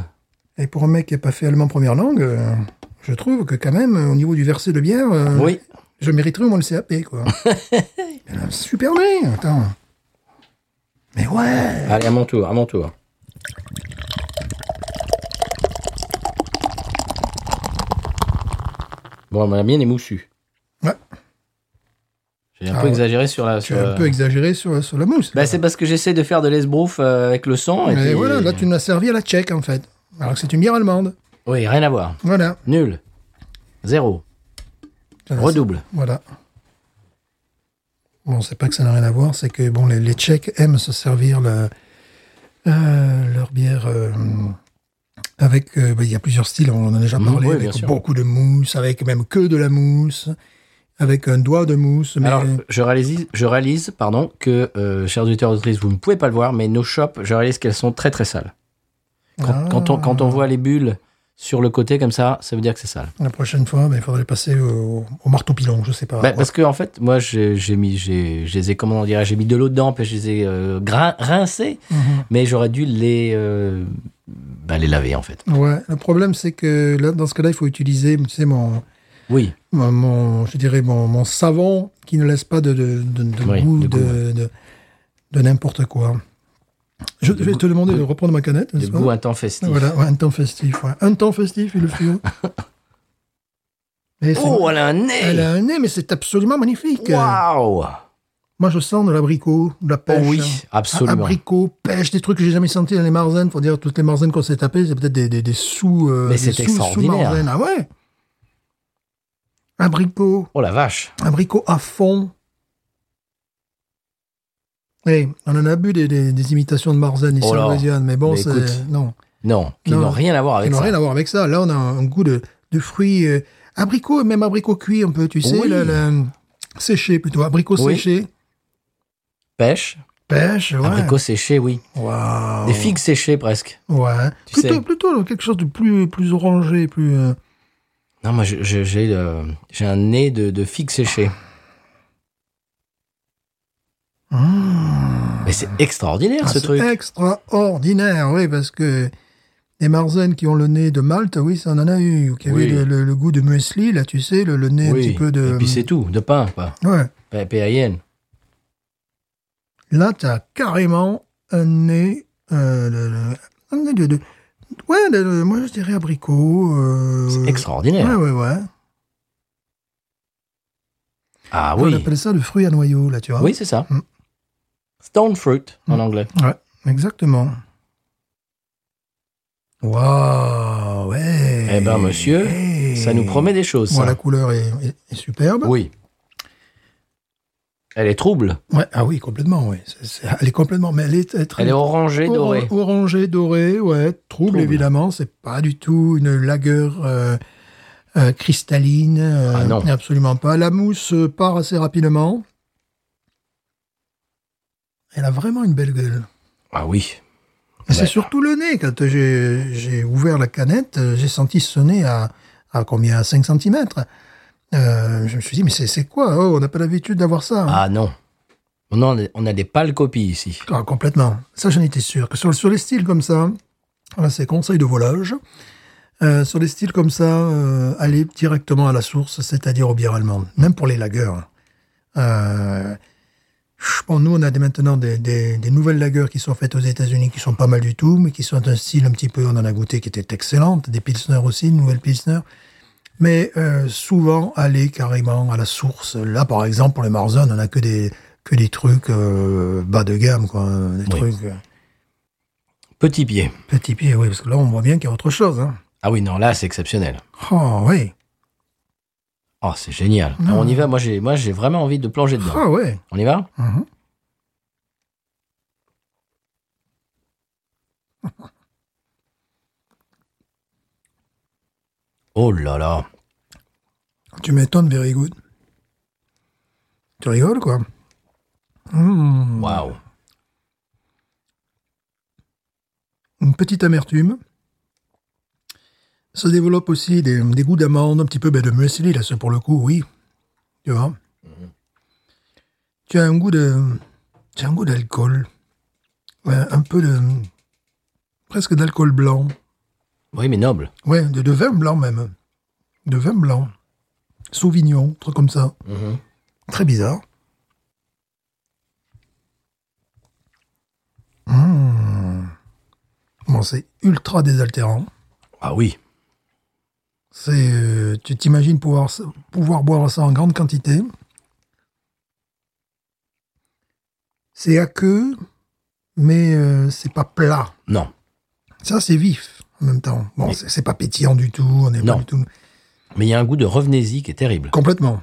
B: Et pour un mec qui n'a pas fait allemand première langue, euh, je trouve que quand même, euh, au niveau du verset de bière, euh,
A: Oui.
B: je mériterais au moins le CAP, quoi. Elle a un super nez, attends. Mais ouais
A: Allez, à mon tour, à mon tour. Bon, mais la mienne est moussue.
B: Ouais.
A: J'ai un
B: Ah
A: peu
B: ouais.
A: exagéré sur la...
B: Tu
A: sur
B: as
A: la-
B: un peu exagéré sur, sur la mousse.
A: Euh. Bah, c'est parce que j'essaie de faire de l'esbrouf euh, avec le sang. Et
B: Mais
A: puis-
B: voilà, là, tu nous as servi à la tchèque, en fait. Alors que c'est une bière allemande.
A: Oui, rien à voir.
B: Voilà.
A: Nul. Zéro. Redouble.
B: Voilà. Bon, c'est pas que ça n'a rien à voir, c'est que bon, les, les Tchèques aiment se servir le- euh, leur bière euh, avec. euh, bah, il y a plusieurs styles, on en a déjà
A: Mhm,
B: parlé,
A: oui, bien
B: avec
A: sûr.
B: beaucoup de mousse, avec même que de la mousse, avec un doigt de mousse. Mais
A: Alors, je réalise, je réalise pardon, que, euh, chers auditeurs auditrices, vous ne pouvez pas le voir, mais nos shops, je réalise qu'elles sont très très sales. Quand,
B: Ah.
A: quand on, quand on voit les bulles sur le côté comme ça, ça veut dire que c'est sale.
B: la prochaine fois, bah, il faudrait passer au, au marteau pilon, je sais pas.
A: Bah, Parce que en fait, moi, j'ai j'ai mis, j'ai, je les ai, comment on dirait, j'ai mis de l'eau dedans, puis je les ai euh, grin- rincés,
B: Mhm.
A: mais j'aurais dû les, euh, bah, les laver en fait.
B: Mhm. Ouais, le problème c'est que là, dans ce cas-là, il faut utiliser, tu sais, mon,
A: Oui.
B: mon- mon- je dirais mon, mon savon qui ne laisse pas de, de, de- de
A: Oui,
B: goût
A: de goût,
B: de,
A: ouais.
B: de- de n'importe quoi. Je vais te demander de reprendre ma canette.
A: De
B: n'est-ce pas
A: goût un temps festif.
B: Voilà, ouais, un temps festif. ouais. Un temps festif, il le fait. Mais c'est-
A: Oh, elle a un
B: elle
A: nez
B: a un nez, mais c'est absolument magnifique.
A: Waouh
B: Moi, je sens de l'abricot, de la
A: Oh
B: pêche. Ah, hein.
A: oui, absolument.
B: Abricot, pêche, des trucs que j'ai jamais senti dans les marzaines. Faut dire, toutes les marzaines qu'on s'est tapées, c'est peut-être des, des, des sous. euh,
A: Mais
B: des
A: c'est
B: sous-
A: extraordinaire.
B: sous-marzaines. ah ouais Abricot,
A: Oh la vache
B: abricot à fond. Eh, on en a bu des, des- des imitations de marzaines ici
A: Oh là.
B: en Louisiane, mais bon,
A: Mais écoute.
B: c'est. Non.
A: Non, qui
B: Non.
A: n'ont rien à voir
B: Qui
A: avec
B: n'ont
A: ça.
B: rien à voir avec ça. Là, on a un goût de, de fruits euh, abricots, même abricots cuits un peu, tu sais.
A: Oui.
B: là, là, séché plutôt, abricots
A: Oui.
B: séchés.
A: Pêche,
B: Pêche, ouais. Oh.
A: abricots séchés, oui.
B: Waouh.
A: Des figues séchées presque.
B: Ouais.
A: Tu
B: Plutôt,
A: sais.
B: plutôt quelque chose de plus, plus orangé, plus. euh,
A: Non, moi je- je- j'ai le- j'ai un nez de, de figues séchées. Mais c'est extraordinaire
B: ah,
A: ce
B: c'est
A: truc.
B: Extraordinaire, oui, parce que les marzaines qui ont le nez de Malte, oui, ça on en a eu. Qui
A: Oui.
B: avaient le, le- le goût de muesli, là, tu sais, le, le nez un
A: Oui.
B: petit peu de.
A: Et puis c'est tout, de pain, quoi.
B: Ouais.
A: P- PAIN.
B: Là, t'as carrément un nez. euh, le- le- un nez de. de- ouais, de- de- moi je dirais abricot. euh,
A: C'est
B: Ouais,
A: extraordinaire.
B: ouais, ouais.
A: Ah
B: On
A: oui.
B: appelle ça le fruit à noyau, là, tu vois.
A: Oui, c'est ça.
B: Mm.
A: Stone fruit en anglais.
B: Ouais, exactement. Waouh, ouais.
A: Eh ben, monsieur,
B: Hey.
A: Ça nous promet des choses.
B: Bon,
A: ça.
B: la couleur est, est- est superbe.
A: Oui. Elle est trouble.
B: Ouais, ah oui, complètement, oui. C'est- c'est- elle est complètement. Mais elle est, elle est très-
A: Elle est
B: Oh,
A: orangée, dorée.
B: Or- orangé, doré, ouais. Trouble,
A: Trouble.
B: évidemment. C'est pas du tout une lagueur euh, euh, cristalline. euh,
A: Ah non.
B: Absolument pas. La mousse euh, part assez rapidement. Elle a vraiment une belle gueule.
A: Ah oui.
B: Mais
A: Ouais.
B: C'est surtout le nez. Quand j'ai j'ai ouvert la canette, euh, j'ai senti ce nez à, à combien à 5 cm. je me suis dit, mais c'est c'est quoi Oh, On n'a pas l'habitude d'avoir ça. hein.
A: Ah non. On en est- on a, des pâles copies ici.
B: Ah, complètement. Ça, j'en étais sûr. Que sur, sur les styles comme ça, voilà, c'est conseil de volage. Euh, sur les styles comme ça, euh, aller directement à la source, c'est-à-dire aux bières allemandes, même pour les lagers. Euh, je pense, nous, on a des- maintenant des, des- des nouvelles lagers qui sont faites aux États-Unis, qui sont pas mal du tout, mais qui sont d'un style un petit peu, on en a goûté, qui étaient excellentes. Des pilsners aussi, de nouvelles pilsners. Mais euh, souvent, aller carrément à la source. Là, par exemple, pour les Marzon, on a que des, que des trucs euh, bas de gamme, quoi. Des trucs euh,
A: Petit pied.
B: petit pied, oui, parce que là, on voit bien qu'il y a autre chose. Hein.
A: Ah oui, non, là, c'est exceptionnel.
B: Oh, oui.
A: Oh, c'est génial.
B: Non.
A: On y va. Moi, j'ai moi, j'ai vraiment envie de plonger dedans.
B: Ah, ouais.
A: On y va
B: Mhm.
A: Oh là là.
B: Tu m'étonnes, very good. Tu rigoles, quoi. Hmm.
A: Waouh.
B: une petite amertume. Se développe aussi des, des goûts d'amande, un petit peu ben, de muesli, là, ça pour le coup, oui. Tu vois Tu as un goût de. Tu as un goût d'alcool. Ouais, un peu de. Presque d'alcool blanc.
A: Oui, mais noble.
B: Ouais, de, de vin blanc même. De vin blanc. Sauvignon, truc comme ça. Très bizarre. Mmh. Bon, c'est ultra désaltérant.
A: Ah oui.
B: C'est, euh, tu t'imagines pouvoir, s- pouvoir boire ça en grande quantité. C'est aqueux, mais euh, c'est pas plat.
A: Non.
B: Ça, c'est vif en même temps. Bon, c'est c'est pas pétillant du tout. On est
A: Non.
B: pas du tout.
A: Mais il y a un goût de revenez-y qui est terrible.
B: Complètement.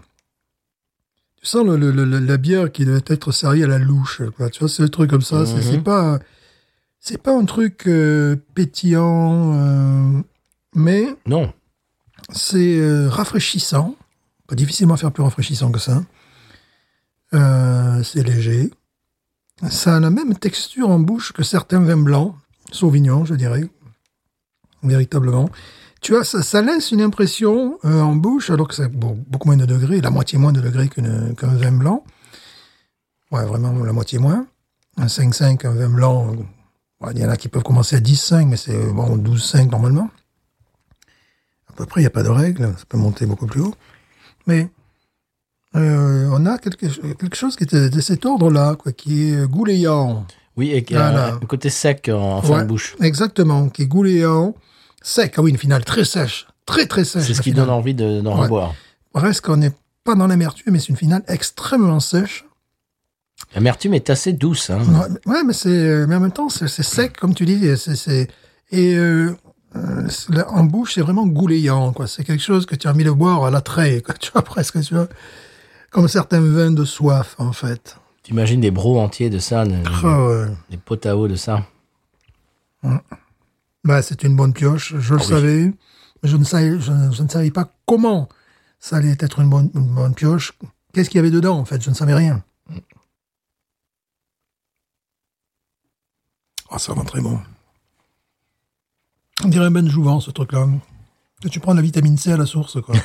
B: Tu sens le- le- le- la bière qui doit être servie à la louche. quoi. Tu vois, c'est le truc comme ça. c'est-
A: Mhm.
B: C'est pas, c'est pas un truc euh, pétillant, euh, mais
A: Non.
B: c'est euh, rafraîchissant. On peut difficilement faire plus rafraîchissant que ça. Euh, c'est léger. Ça a la même texture en bouche que certains vins blancs, Sauvignon, je dirais, véritablement. Tu vois, ça, ça laisse une impression euh, en bouche, alors que c'est bon, beaucoup moins de degrés, la moitié moins de degrés qu'une- qu'un vin blanc. Ouais, vraiment la moitié moins. Un 5,5, un vin blanc, euh, ouais, il y en a qui peuvent commencer à 10,5, mais c'est euh, bon, 12,5 normalement. À peu près, il n'y a pas de règle, ça peut monter beaucoup plus haut. Mais euh, on a quelque, quelque chose qui est de, de cet ordre-là, quoi, qui est euh, gouléant.
A: Oui, et qui
B: Voilà.
A: a un côté sec en, en fin
B: Ouais,
A: de bouche.
B: Exactement, qui est gouléant, sec. Ah oui, une finale très sèche, très très sèche.
A: C'est ce
B: la
A: qui
B: finale.
A: donne envie de- d'en
B: Ouais.
A: reboire.
B: Reste qu'on n'est pas dans l'amertume, mais c'est une finale extrêmement sèche.
A: L'amertume est assez douce. Hein.
B: Ouais, mais- ouais, mais c'est, euh, mais en même temps, c'est c'est sec, comme tu dis, et c'est, c'est- et euh, euh, c'est- là, en bouche, c'est vraiment gouléant, quoi. C'est quelque chose que tu as mis le boire à l'attrait, quoi. Tu vois, presque, tu vois. Comme certains vins de soif, en fait.
A: T'imagines des bros entiers de ça, des,
B: Ah, ouais.
A: des potes à eau de ça.
B: Bah, c'est une bonne pioche, je le
A: oui.
B: savais. Mais Je ne savais, je, ne- je ne savais pas comment ça allait être une bonne, une bonne pioche. Qu'est-ce qu'il y avait dedans, en fait Je ne savais rien. Ah, ça rend très bon. On dirait un bain de jouvence, ce truc-là. Que tu prends de la vitamine C à la source, quoi.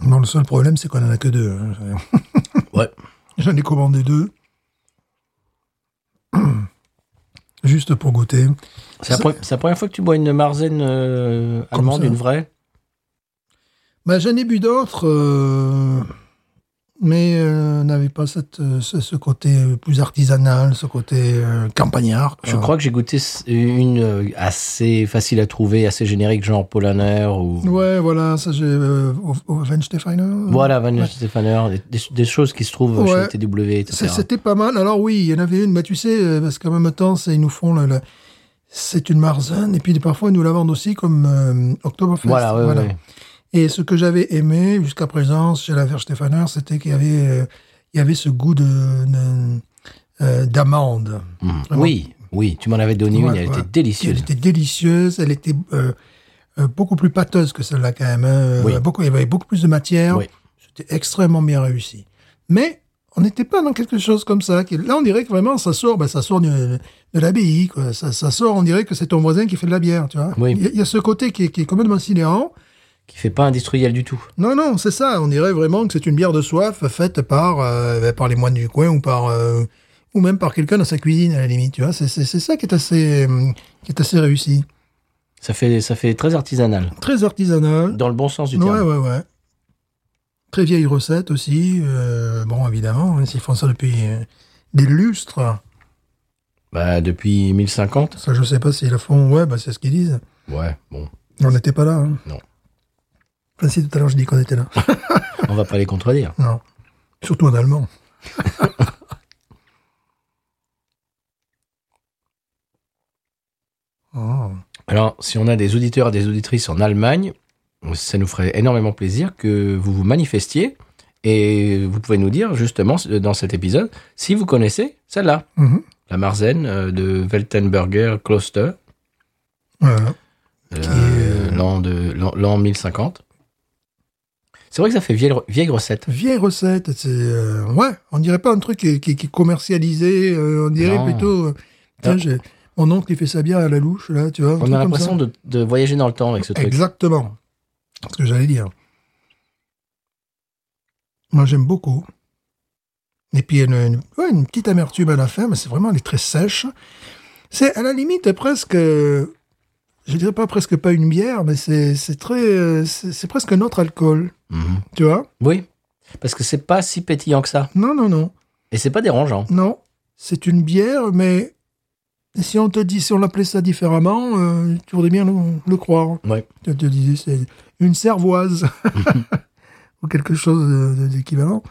B: Bon, le seul problème, c'est qu'on en a que deux. hein.
A: Ouais.
B: J'en ai commandé deux. Juste pour goûter.
A: C'est la,
B: Ça-
A: pre- c'est la première fois que tu bois une marzen euh,
B: Comme
A: allemande,
B: ça.
A: une vraie.
B: Bah, J'en ai bu d'autres, euh, mais euh, n'avait pas cette, euh, ce, ce côté euh, plus artisanal, ce côté euh, campagnard.
A: Je crois que j'ai goûté s- une euh, assez facile à trouver, assez générique, genre Polaner ou.
B: Ouais, voilà, ça j'ai. Euh, au, au Weinstefaner, euh,
A: Voilà, Van Stefaner, des, des- des choses qui se trouvent
B: Ouais.
A: chez TW,
B: C'est-
A: etc.
B: C'était pas mal. Alors oui, il y en avait une, mais tu sais, euh, parce qu'en même temps, c'est- ils nous font le, le- c'est une marzen, et puis parfois ils nous la vendent aussi comme euh, Oktoberfest.
A: Voilà, ouais, ouais.
B: Et ce que j'avais aimé jusqu'à présent chez la Versteffaner, c'était qu'il y avait, euh, il y avait ce goût de, de- euh, d'amande.
A: Mhm.
B: Vraiment.
A: Oui, oui, tu m'en avais donné
B: Ouais,
A: une, elle
B: ouais.
A: était délicieuse.
B: Elle était délicieuse, elle était euh, euh, beaucoup plus pâteuse que celle-là quand même. hein.
A: Oui.
B: Beaucoup, il y avait beaucoup plus de matière.
A: Oui.
B: C'était extrêmement bien réussi. Mais on n'était pas dans quelque chose comme ça. qui- Là, on dirait que vraiment ça sort, ben, ça sort de, de l'abbaye. quoi. Ça, ça sort, on dirait que c'est ton voisin qui fait de la bière. Tu vois.
A: Oui.
B: Il y a- il y, a ce côté qui est, qui est complètement sidérant.
A: Qui fait pas industriel du tout.
B: Non, non, c'est ça. On dirait vraiment que c'est une bière de soif faite par, euh, ben, par les moines du coin ou par euh, ou même par quelqu'un dans sa cuisine à la limite. Tu vois, c'est c'est- c'est ça qui est assez euh, qui est assez réussi,
A: Ça fait, ça fait très artisanal,
B: très artisanal.
A: dans le bon sens du terme.
B: Ouais, ouais, ouais. Très vieille recette aussi. euh, bon, évidemment, hein, s'ils font ça depuis euh, des lustres,
A: Bah, depuis 1050
B: ça je sais pas s'ils la font. Ouais, bah, c'est ce qu'ils disent.
A: Ouais, bon,
B: On n'était pas là. hein.
A: Non.
B: Enfin, si tout à l'heure je dis qu'on était là.
A: on va pas les contredire.
B: Non. Surtout en allemand. Oh.
A: Alors, si on a des auditeurs et des auditrices en Allemagne, ça nous ferait énormément plaisir que vous vous manifestiez. Et vous pouvez nous dire, justement, euh, dans cet épisode, si vous connaissez celle-là,
B: Mhm.
A: la Marzen euh, de Weltenberger Kloster,
B: Voilà.
A: euh,
B: est, euh,
A: l'an de- l'an l'an 1050. C'est vrai que ça fait vieille, vieille recette.
B: Vieille recette, c'est euh, ouais, on dirait pas un truc qui, qui- qui est commercialisé, euh, on dirait
A: Non.
B: plutôt euh, tiens,
A: Ah.
B: j'ai- mon oncle il fait sa bière à la louche là, tu vois. un
A: On
B: truc
A: a
B: comme
A: l'impression
B: ça.
A: de, de voyager dans le temps avec ce truc.
B: Exactement. C'est ce que j'allais dire. Moi, j'aime beaucoup. Et puis, une, une- ouais, une petite amertume à la fin, mais c'est vraiment, elle est très sèche. C'est à la limite presque, euh, je dirais pas presque pas une bière, mais c'est c'est très, euh, c'est c'est presque un autre alcool,
A: Mhm.
B: tu vois
A: Oui, parce que c'est pas si pétillant que ça.
B: Non, non, non,
A: Et c'est pas dérangeant.
B: non. C'est une bière, mais si on te dit, si on l'appelait ça différemment, euh, tu voudrais bien le, le croire.
A: Ouais.
B: Tu te disais, c'est une cervoise. Ou quelque chose de- de- d'équivalent.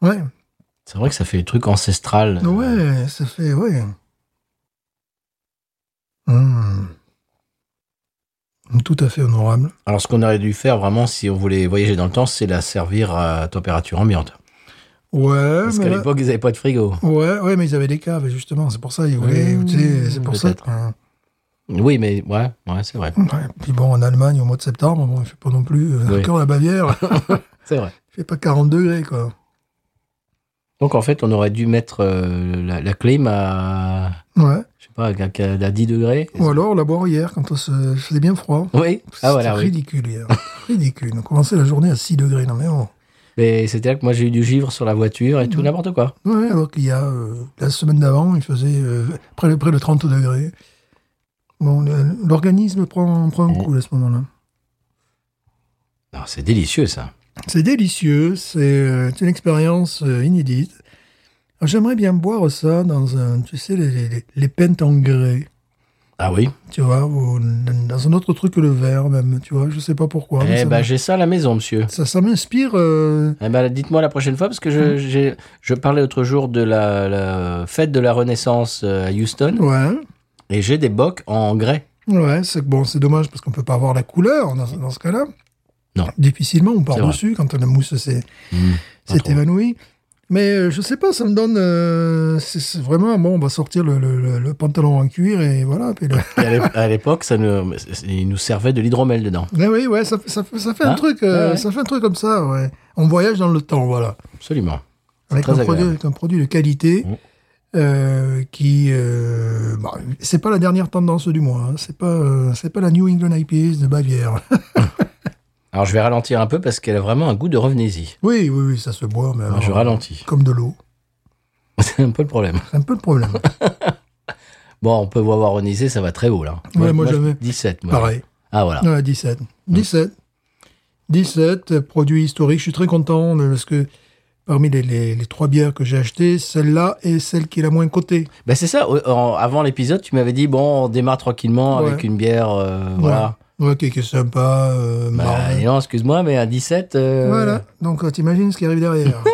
B: Ouais.
A: C'est vrai que ça fait truc ancestral.
B: Ouais, ça fait. Ouais. Hmm. Tout à fait honorable.
A: Alors, ce qu'on aurait dû faire vraiment, si on voulait voyager dans le temps, c'est la servir à température ambiante.
B: Ouais,
A: Parce
B: Ah, mais
A: qu'à
B: là-
A: l'époque, ils n'avaient pas de frigo.
B: ouais, ouais, mais ils avaient des caves, et justement, c'est pour ça. Ils voulaient,
A: Hmm,
B: tu sais, c'est pour ça.
A: peut-être. Oui, mais ouais, ouais c'est vrai.
B: Ouais, Puis bon, en Allemagne, au mois de septembre, bon, il fait pas non plus. euh,
A: Oui.
B: Encore la Bavière, il
A: C'est vrai.
B: fait pas 40 degrés, quoi.
A: Donc, en fait, on aurait dû mettre euh, la, la clim à,
B: Ouais.
A: je sais pas, à, à 10 degrés.
B: Ou alors la boire hier, quand on se faisait bien froid.
A: Oui. Ah, voilà,
B: C'était
A: oui.
B: ridicule hier. ridicule. On commençait la journée à 6 degrés. Non, mais bon.
A: Mais c'était là que moi, j'ai eu du givre sur la voiture et tout, n'importe quoi.
B: Ouais, alors qu'il y a euh, la semaine d'avant, il faisait euh, près, près de 30 degrés. Bon, le- l'organisme prend, prend un coup à ce moment-là.
A: Non, c'est délicieux ça.
B: C'est délicieux, c'est euh, une expérience euh, inédite. Alors, J'aimerais bien boire ça dans un, tu sais, les, les, les- les pintes en grès,
A: Ah oui.
B: tu vois, ou dans un autre truc que le verre même, tu vois, je sais pas pourquoi. mais
A: eh
B: Ah ça
A: ben,
B: me-
A: j'ai ça à la maison, monsieur.
B: ça, ça m'inspire. euh,
A: Eh ben, dites-moi la prochaine fois parce que je,
B: Hum.
A: j'ai- je parlais l'autre jour de la, la fête de la Renaissance euh, à Houston
B: ouais,
A: et j'ai des bocs en grès.
B: ouais, c'est bon, c'est dommage parce qu'on peut pas avoir la couleur dans, dans ce cas-là.
A: Non.
B: Difficilement, on
A: C'est
B: part
A: vrai. Mmh,
B: dessus quand la mousse s'est
A: pas
B: s'est
A: trop.
B: évanouie. Mais euh, je sais pas, ça me donne. euh, c'est c'est vraiment bon. On va sortir le, le- le- le pantalon en cuir et voilà. Puis le-
A: Et à l'ép- à l'époque, ça nous, il nous servait de l'hydromel dedans.
B: Ah oui, ouais, ça, fait- ça, fait- ça fait
A: Hein
B: un truc, euh,
A: Ouais, ouais.
B: ça fait un truc comme ça. Ouais. On voyage dans le temps, voilà,
A: Absolument.
B: avec
A: très
B: un produit,
A: agréable.
B: avec un produit de qualité.
A: Mm.
B: euh, qui euh, bah, c'est pas la dernière tendance du mois hein. c'est pas euh, c'est pas la New England IPAs de Bavière
A: Alors je vais ralentir un peu parce qu'elle a vraiment un goût de revenez-y.
B: oui oui oui ça se boit mais
A: Alors,
B: alors,
A: Ah, je ralentis.
B: comme de l'eau
A: C'est un peu le problème.
B: c'est un peu le problème
A: Bon, on peut voir renisé, ça va très haut là.
B: Ouais, moi,
A: je-
B: jamais.
A: 17. moi.
B: pareil
A: Ah Mm. voilà.
B: Ouais, 17. 17. 17, euh, produits historiques. Je suis très content de- parce que parmi les, les- les trois bières que j'ai achetées, celle-là est celle qui est la moins cotée.
A: Ben, c'est ça. au- en- avant l'épisode, tu m'avais dit bon, on démarre tranquillement
B: Ouais.
A: avec une bière. euh, Voilà.
B: Ouais, qui, qui est sympa. euh,
A: Bah,
B: marrant.
A: dis donc, excuse-moi, mais à 17. euh,
B: Voilà. Donc, euh, t'imagines ce qui arrive derrière.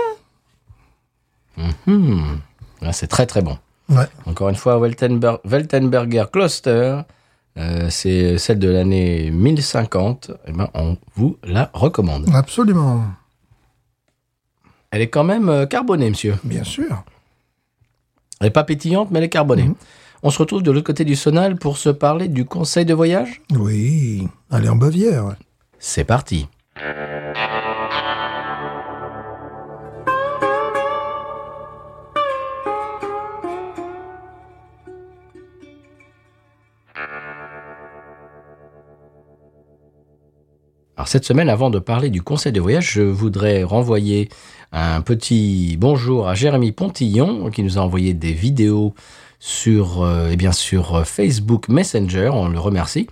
A: hmm. Ah, c'est très très bon.
B: ouais.
A: Encore une fois, Weltenber- Weltenberger Kloster, euh, c'est celle de l'année 1050. Eh ben, on vous la recommande.
B: Absolument.
A: Elle est quand même euh, carbonée, monsieur.
B: Bien sûr.
A: Elle n'est pas pétillante, mais elle est carbonée. On se retrouve de l'autre côté du sonal pour se parler du conseil de voyage
B: Oui. Allez en Bavière.
A: C'est parti Alors cette semaine, avant de parler du conseil de voyage, je voudrais renvoyer un petit bonjour à Jérémy Pontillon qui nous a envoyé des vidéos sur, euh, eh bien, sur euh, Facebook Messenger, on le remercie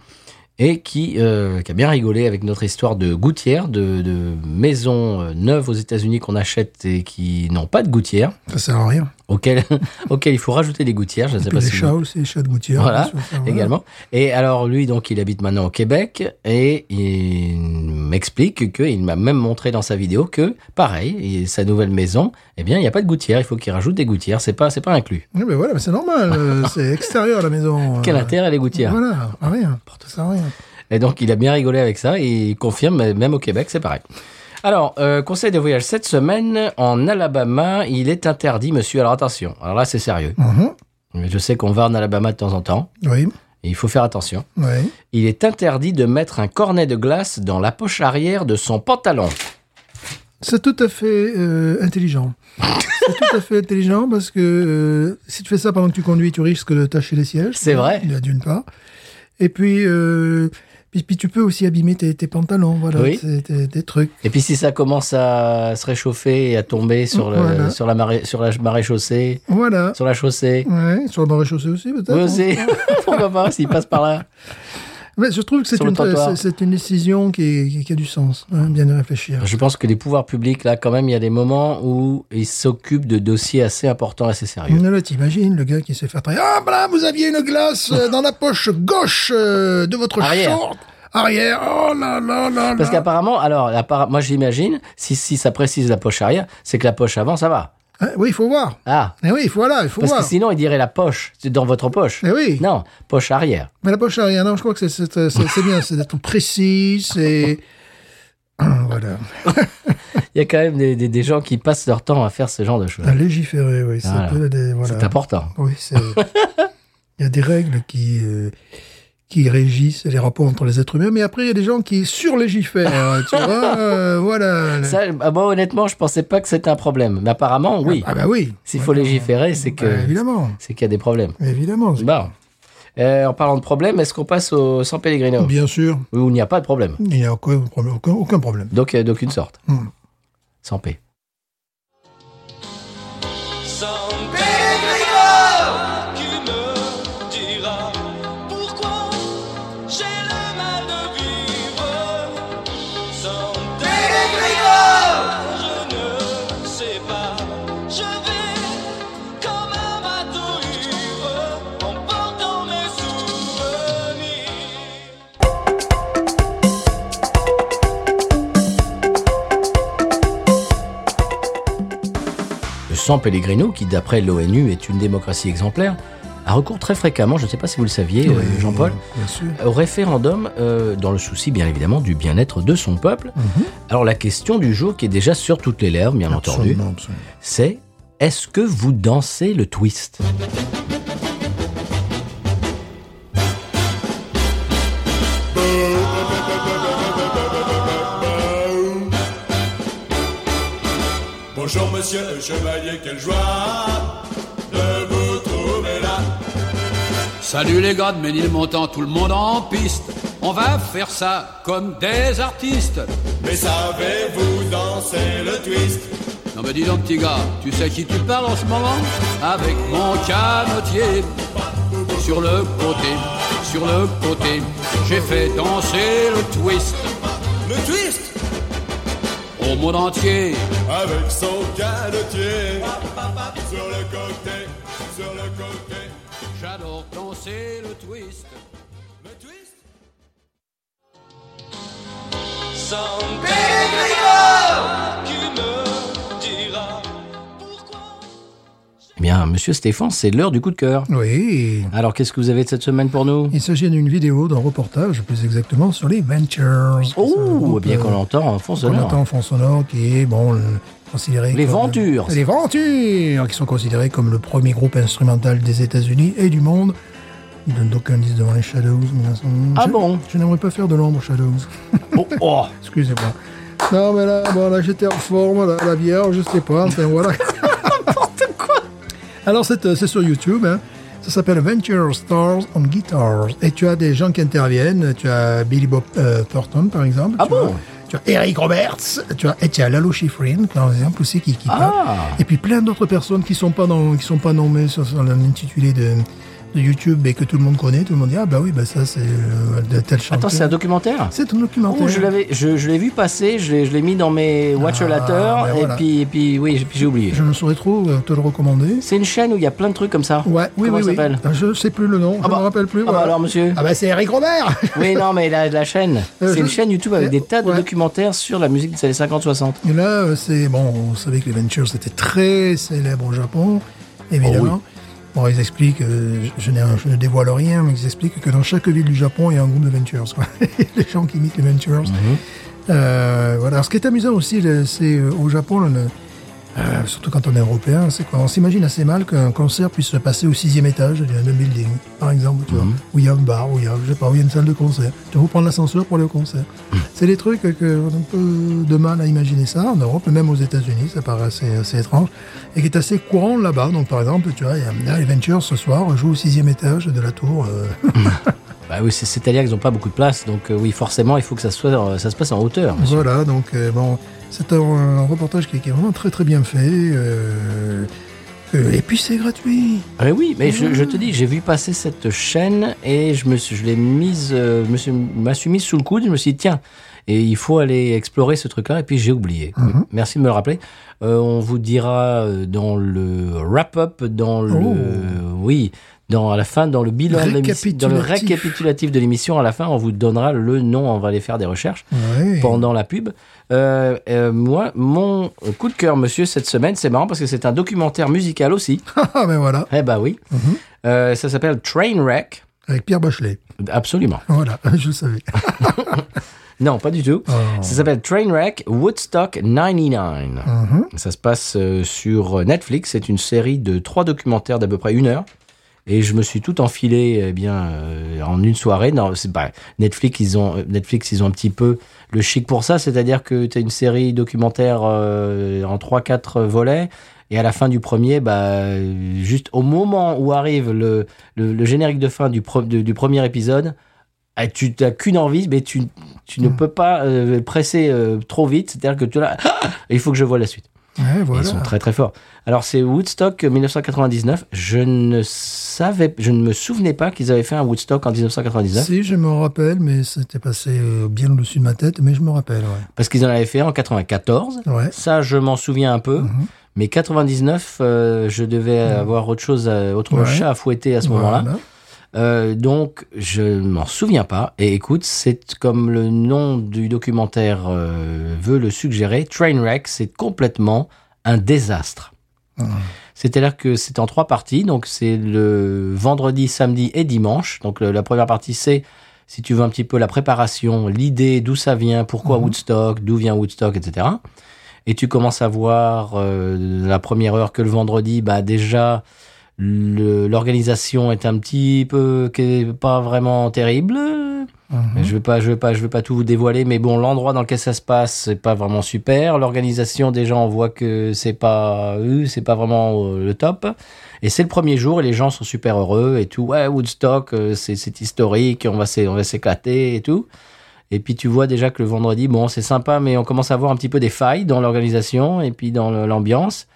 A: et qui, euh, qui a bien rigolé avec notre histoire de gouttière, de, de maisons euh, neuves aux États-Unis qu'on achète et qui n'ont pas de gouttière,
B: Ça sert à rien.
A: auxquelles, auxquelles il faut rajouter des gouttières. Je ne sais
B: Puis
A: pas
B: les
A: si
B: chats aussi, les chats de gouttière.
A: Voilà,
B: bien sûr, ça, voilà.
A: également. Et alors lui, donc, il habite maintenant au Québec et il m'explique qu'il m'a même montré dans sa vidéo que, pareil, et sa nouvelle maison, eh bien, il n'y a pas de gouttière. Il faut qu'il rajoute des gouttières. C'est pas, c'est pas inclus.
B: Oui, mais voilà, mais c'est normal. euh, c'est extérieur à la maison.
A: Quel
B: euh,
A: intérêt les gouttières
B: Voilà. à Rien. Ça sert à rien.
A: Et donc, il a bien rigolé avec ça et il confirme, même au Québec, c'est pareil. Alors, euh, conseil de voyage cette semaine, en Alabama, il est interdit, monsieur. Alors, attention. Alors là, c'est sérieux.
B: Mhm.
A: Mais Je sais qu'on va en Alabama de temps en temps
B: Oui.
A: et il faut faire attention.
B: Oui.
A: Il est interdit de mettre un cornet de glace dans la poche arrière de son pantalon.
B: C'est tout à fait euh, intelligent. C'est tout à fait intelligent parce que euh, si tu fais ça pendant que tu conduis, tu risques de tâcher les sièges.
A: C'est vrai.
B: Il y a D'une part. Et puis, euh, puis, puis tu peux aussi abîmer tes, tes pantalons, voilà,
A: Oui.
B: tes, tes- tes trucs.
A: Et puis, si ça commence à se réchauffer et à tomber sur, le,
B: Voilà.
A: sur la marée, sur la marée chaussée,
B: Voilà.
A: sur la chaussée,
B: Ouais, sur le marais chaussée aussi, peut-être. hein.
A: vous osez, pourquoi pas, s'il passe par là.
B: Mais je trouve que c'est
A: Sur le
B: une,
A: trottoir.
B: c'est- c'est une décision qui, est- qui- qui a du sens, hein, bien de réfléchir.
A: Je pense que les pouvoirs publics, là, quand même, il y a des moments où ils s'occupent de dossiers assez importants, assez sérieux.
B: Là, t'imagines le gars qui s'est fait attraper. Ah, voilà, vous aviez une glace euh, dans la poche gauche euh, de votre
A: Arrière.
B: short arrière. Oh là là là
A: Parce
B: là.
A: qu'apparemment, alors, appara- moi j'imagine, si, si ça précise la poche arrière, c'est que la poche avant, ça va.
B: Hein, oui, il faut voir.
A: Ah,
B: Eh oui, voilà, il faut
A: parce que
B: voir.
A: sinon, il dirait la poche, c'est dans votre poche.
B: Eh oui,
A: Non, poche arrière.
B: mais la poche arrière, non, je crois que c'est- c'est euh, c'est- c'est bien, c'est d'être précis, c'est... Ah, voilà,
A: Il y a quand même des, des- des gens qui passent leur temps à faire ce genre de choses.
B: à légiférer, oui, c'est
A: Voilà.
B: un peu des- Ah, voilà.
A: C'est important.
B: Oui, c'est... Il y a des règles qui, euh, qui régissent les rapports entre les êtres humains, mais après, il y a des gens qui surlégifèrent, tu vois, euh, voilà.
A: Ça, ah, moi, honnêtement, je pensais pas que c'était un problème. Mais apparemment, oui. euh.
B: Ah bah oui.
A: S'il faut
B: Voilà.
A: légiférer, c'est que-
B: Bah, évidemment,
A: C'est qu'il y a des problèmes.
B: évidemment.
A: Bon. Euh, en parlant de problème, est-ce qu'on passe au San Pellegrino
B: Bien sûr,
A: Où il n'y a pas de problème.
B: il n'y a aucun problème. Aucun, aucun problème.
A: Donc, euh, d'aucune sorte.
B: Hmm.
A: Sans paix.
C: San Pellegrino, qui me dira pourquoi
A: sans Pellegrino, qui d'après l'ONU est une démocratie exemplaire, a recours très fréquemment, je ne sais pas si vous le saviez, euh,
B: Oui,
A: Jean-Paul,
B: Bien sûr.
A: au référendum, euh, dans le souci bien évidemment du bien-être de son peuple.
B: Mhm.
A: Alors la question du jour, qui est déjà sur toutes les lèvres, bien entendu,
B: Absolument, absolument.
A: c'est est-ce que vous dansez le twist
C: Bonjour monsieur le chevalier, quelle joie de vous trouver là.
D: Salut les gars de Ménilmontant, tout le monde en piste. On va faire ça comme des artistes.
C: Mais savez-vous danser le twist
D: Non mais dis donc petit gars, tu sais qui tu parles en ce moment Avec mon canotier sur le côté, sur le côté, j'ai fait danser le twist
C: Le twist
D: au monde entier.
C: Avec son canotier Sur le côté, sur le côté
D: J'adore danser le twist.
C: Le twist
E: Sans Pellegrino, qui me dira pourquoi
A: Eh bien, monsieur Stéphane, c'est l'heure du coup de cœur.
B: Oui.
A: Alors qu'est-ce que vous avez de cette semaine pour nous
B: Il s'agit d'une vidéo, d'un reportage plus exactement sur les Ventures.
A: Oh, bien qu'on
B: l'entend.
A: l'entend en fond
B: On
A: sonore.
B: entend en fond sonore qui est, bon, le- considéré
A: Les
B: comme-
A: Ventures.
B: Les Ventures, qui sont considérés comme le premier groupe instrumental des États-Unis et du monde. Il donne donc un 10 devant les Shadows. mais là, ça-
A: Ah
B: je-
A: bon
B: Je n'aimerais pas faire de l'ombre aux Shadows.
A: Oh, oh.
B: Excusez-moi. Non, mais là, bon, là j'étais en forme, là, la bière, je sais pas, enfin voilà. N'importe quoi Alors, c'est euh, c'est sur YouTube, hein. Ça s'appelle Venture Stars on Guitars. Et tu as des gens qui interviennent. Tu as Billy Bob euh, Thornton, par exemple.
A: Ah
B: tu
A: bon
B: as- Tu as Eric Roberts. Tu as, et tu as Lalo Schifrin, par exemple, aussi, qui,
A: ah
B: qui parle. Et puis plein d'autres personnes qui sont pas dans, qui sont pas nommées sur, sur l'intitulé de, de YouTube et que tout le monde connaît. Tout le monde dit, ah bah oui, bah ça, c'est euh, de tel chanteur.
A: Attends, c'est un documentaire
B: C'est un documentaire.
A: Oh, je l'avais, je, je l'ai vu passer, je l'ai, je l'ai mis dans mes watch
B: ben
A: et
B: voilà.
A: puis, et puis, oui, j'ai- puis j'ai oublié.
B: Je ne saurais trop euh, te le recommander.
A: C'est une chaîne où il y a plein de trucs comme ça.
B: Ouais, oui,
A: Comment
B: oui,
A: ça
B: oui.
A: s'appelle
B: Ah, Je sais plus le nom, je ne
A: bah-
B: me rappelle plus.
A: Ah bah
B: voilà.
A: alors, monsieur.
B: Ah bah c'est Eric Robert
A: Oui, non, mais la, la chaîne,
B: Euh,
A: c'est une
B: je-
A: chaîne YouTube avec
B: Euh,
A: des tas de
B: ouais.
A: documentaires sur la musique des années 50-60.
B: Et là, euh, c'est. Bon, vous savez que les Ventures étaient très célèbres au Japon, évidemment. Bon, ils expliquent, euh, je, je n'ai- je ne dévoile rien, mais ils expliquent que dans chaque ville du Japon, il y a un groupe de Ventures. quoi. les gens qui imitent les Ventures. Euh, voilà. Alors, ce qui est amusant aussi, le- c'est euh, au Japon, le- le- euh, surtout quand on est européen, c'est qu'on s'imagine assez mal qu'un concert puisse se passer au sixième étage d'un même building, par exemple, tu vois, où il y a un bar, où il y a, je sais pas, où il y a une salle de concert. Tu vas prendre l'ascenseur pour aller au concert. C'est des trucs qu'on a un peu de mal à imaginer ça en Europe, même aux États-Unis, ça paraît assez, assez étrange, et qui est assez courant là-bas. Donc, par exemple, tu vois, il y a- là, les Ventures ce soir jouent au sixième étage de la tour. euh,
A: Bah oui, c'est, c'est-à-dire qu'ils n'ont pas beaucoup de place, donc euh, oui, forcément, il faut que ça, soit, euh, ça se passe en hauteur.
B: Voilà, donc euh, bon, c'est un, un reportage qui, qui est vraiment très très bien fait. euh, euh, et puis c'est gratuit.
A: Ah oui, mais je, je te dis, j'ai vu passer cette chaîne et je me suis, je l'ai mise, euh, je me suis, m'a suis mise sous le coude. Je me suis dit tiens, et il faut aller explorer ce truc-là. Et puis j'ai oublié.
B: Mhm.
A: Merci de me le rappeler. Euh, on vous dira euh, dans le wrap-up, dans le
B: Oh.
A: oui, dans à la fin, dans le bilan, de l'émission- dans le
B: Récapitulatif.
A: récapitulatif de l'émission. À la fin, on vous donnera le nom. On va aller faire des recherches
B: Ouais.
A: pendant la pub. Euh, euh, moi, mon coup de cœur, monsieur, cette semaine, c'est marrant parce que c'est un documentaire musical aussi.
B: Ah ben voilà,
A: Eh ben oui. Euh, ça s'appelle Trainwreck.
B: avec Pierre Bachelet.
A: Absolument.
B: Voilà, je le savais.
A: Non, pas du tout. Ça s'appelle Trainwreck Woodstock 99. Ça se passe euh, sur Netflix. C'est une série de trois documentaires d'à peu près une heure. Et je me suis tout enfilé eh bien, euh, en une soirée. Non, c'est pas Netflix, ils ont, euh, Netflix, ils ont un petit peu le chic pour ça. C'est-à-dire que tu as une série documentaire euh, en 3-4 volets. Et à la fin du premier, bah, juste au moment où arrive le, le, le générique de fin du, pro- du- du premier épisode, ah, tu n'as qu'une envie, mais tu, tu
B: Hmm.
A: ne peux pas euh, presser euh, trop vite. C'est-à-dire que tu là, il faut que je vois la suite.
B: Ouais,
A: Et
B: voilà.
A: Ils sont très très forts. Alors c'est Woodstock euh, 1999. Je ne savais, je ne me souvenais pas qu'ils avaient fait un Woodstock en 1999
B: Si, je me rappelle, mais c'était passé euh, bien au-dessus de ma tête, mais je me rappelle, ouais.
A: parce qu'ils en avaient fait un en 94.
B: Ouais. Mhm.
A: Ça, je m'en souviens un peu. Mais 99, euh, je devais avoir autre chose, à- autre
B: Ouais.
A: chat à fouetter à ce moment-là.
B: Voilà. bah,
A: Euh, donc, je m'en souviens pas. Et écoute, c'est comme le nom du documentaire euh, veut le suggérer, Trainwreck, c'est complètement un désastre. C'est-à-dire que c'est en trois parties. Donc, c'est le vendredi, samedi et dimanche. Donc, le- la première partie, c'est, si tu veux, un petit peu la préparation, l'idée, d'où ça vient, pourquoi Woodstock, d'où vient Woodstock, etc. Et tu commences à voir euh, la première heure que le vendredi, bah, déjà, le- l'organisation est un petit peu qui est pas vraiment terrible.
B: Mhm.
A: Mais Je vais pas, je vais pas, je vais pas tout vous dévoiler, mais bon, l'endroit dans lequel ça se passe, c'est pas vraiment super. L'organisation, déjà, on voit que c'est pas, euh, c'est pas vraiment euh, le top. Et c'est le premier jour et les gens sont super heureux et tout. Ouais, Woodstock, euh, c'est, c'est historique, on va, s'é- on va s'éclater et tout. Et puis tu vois déjà que le vendredi, bon, c'est sympa, mais on commence à voir un petit peu des failles dans l'organisation et puis dans le- l'ambiance.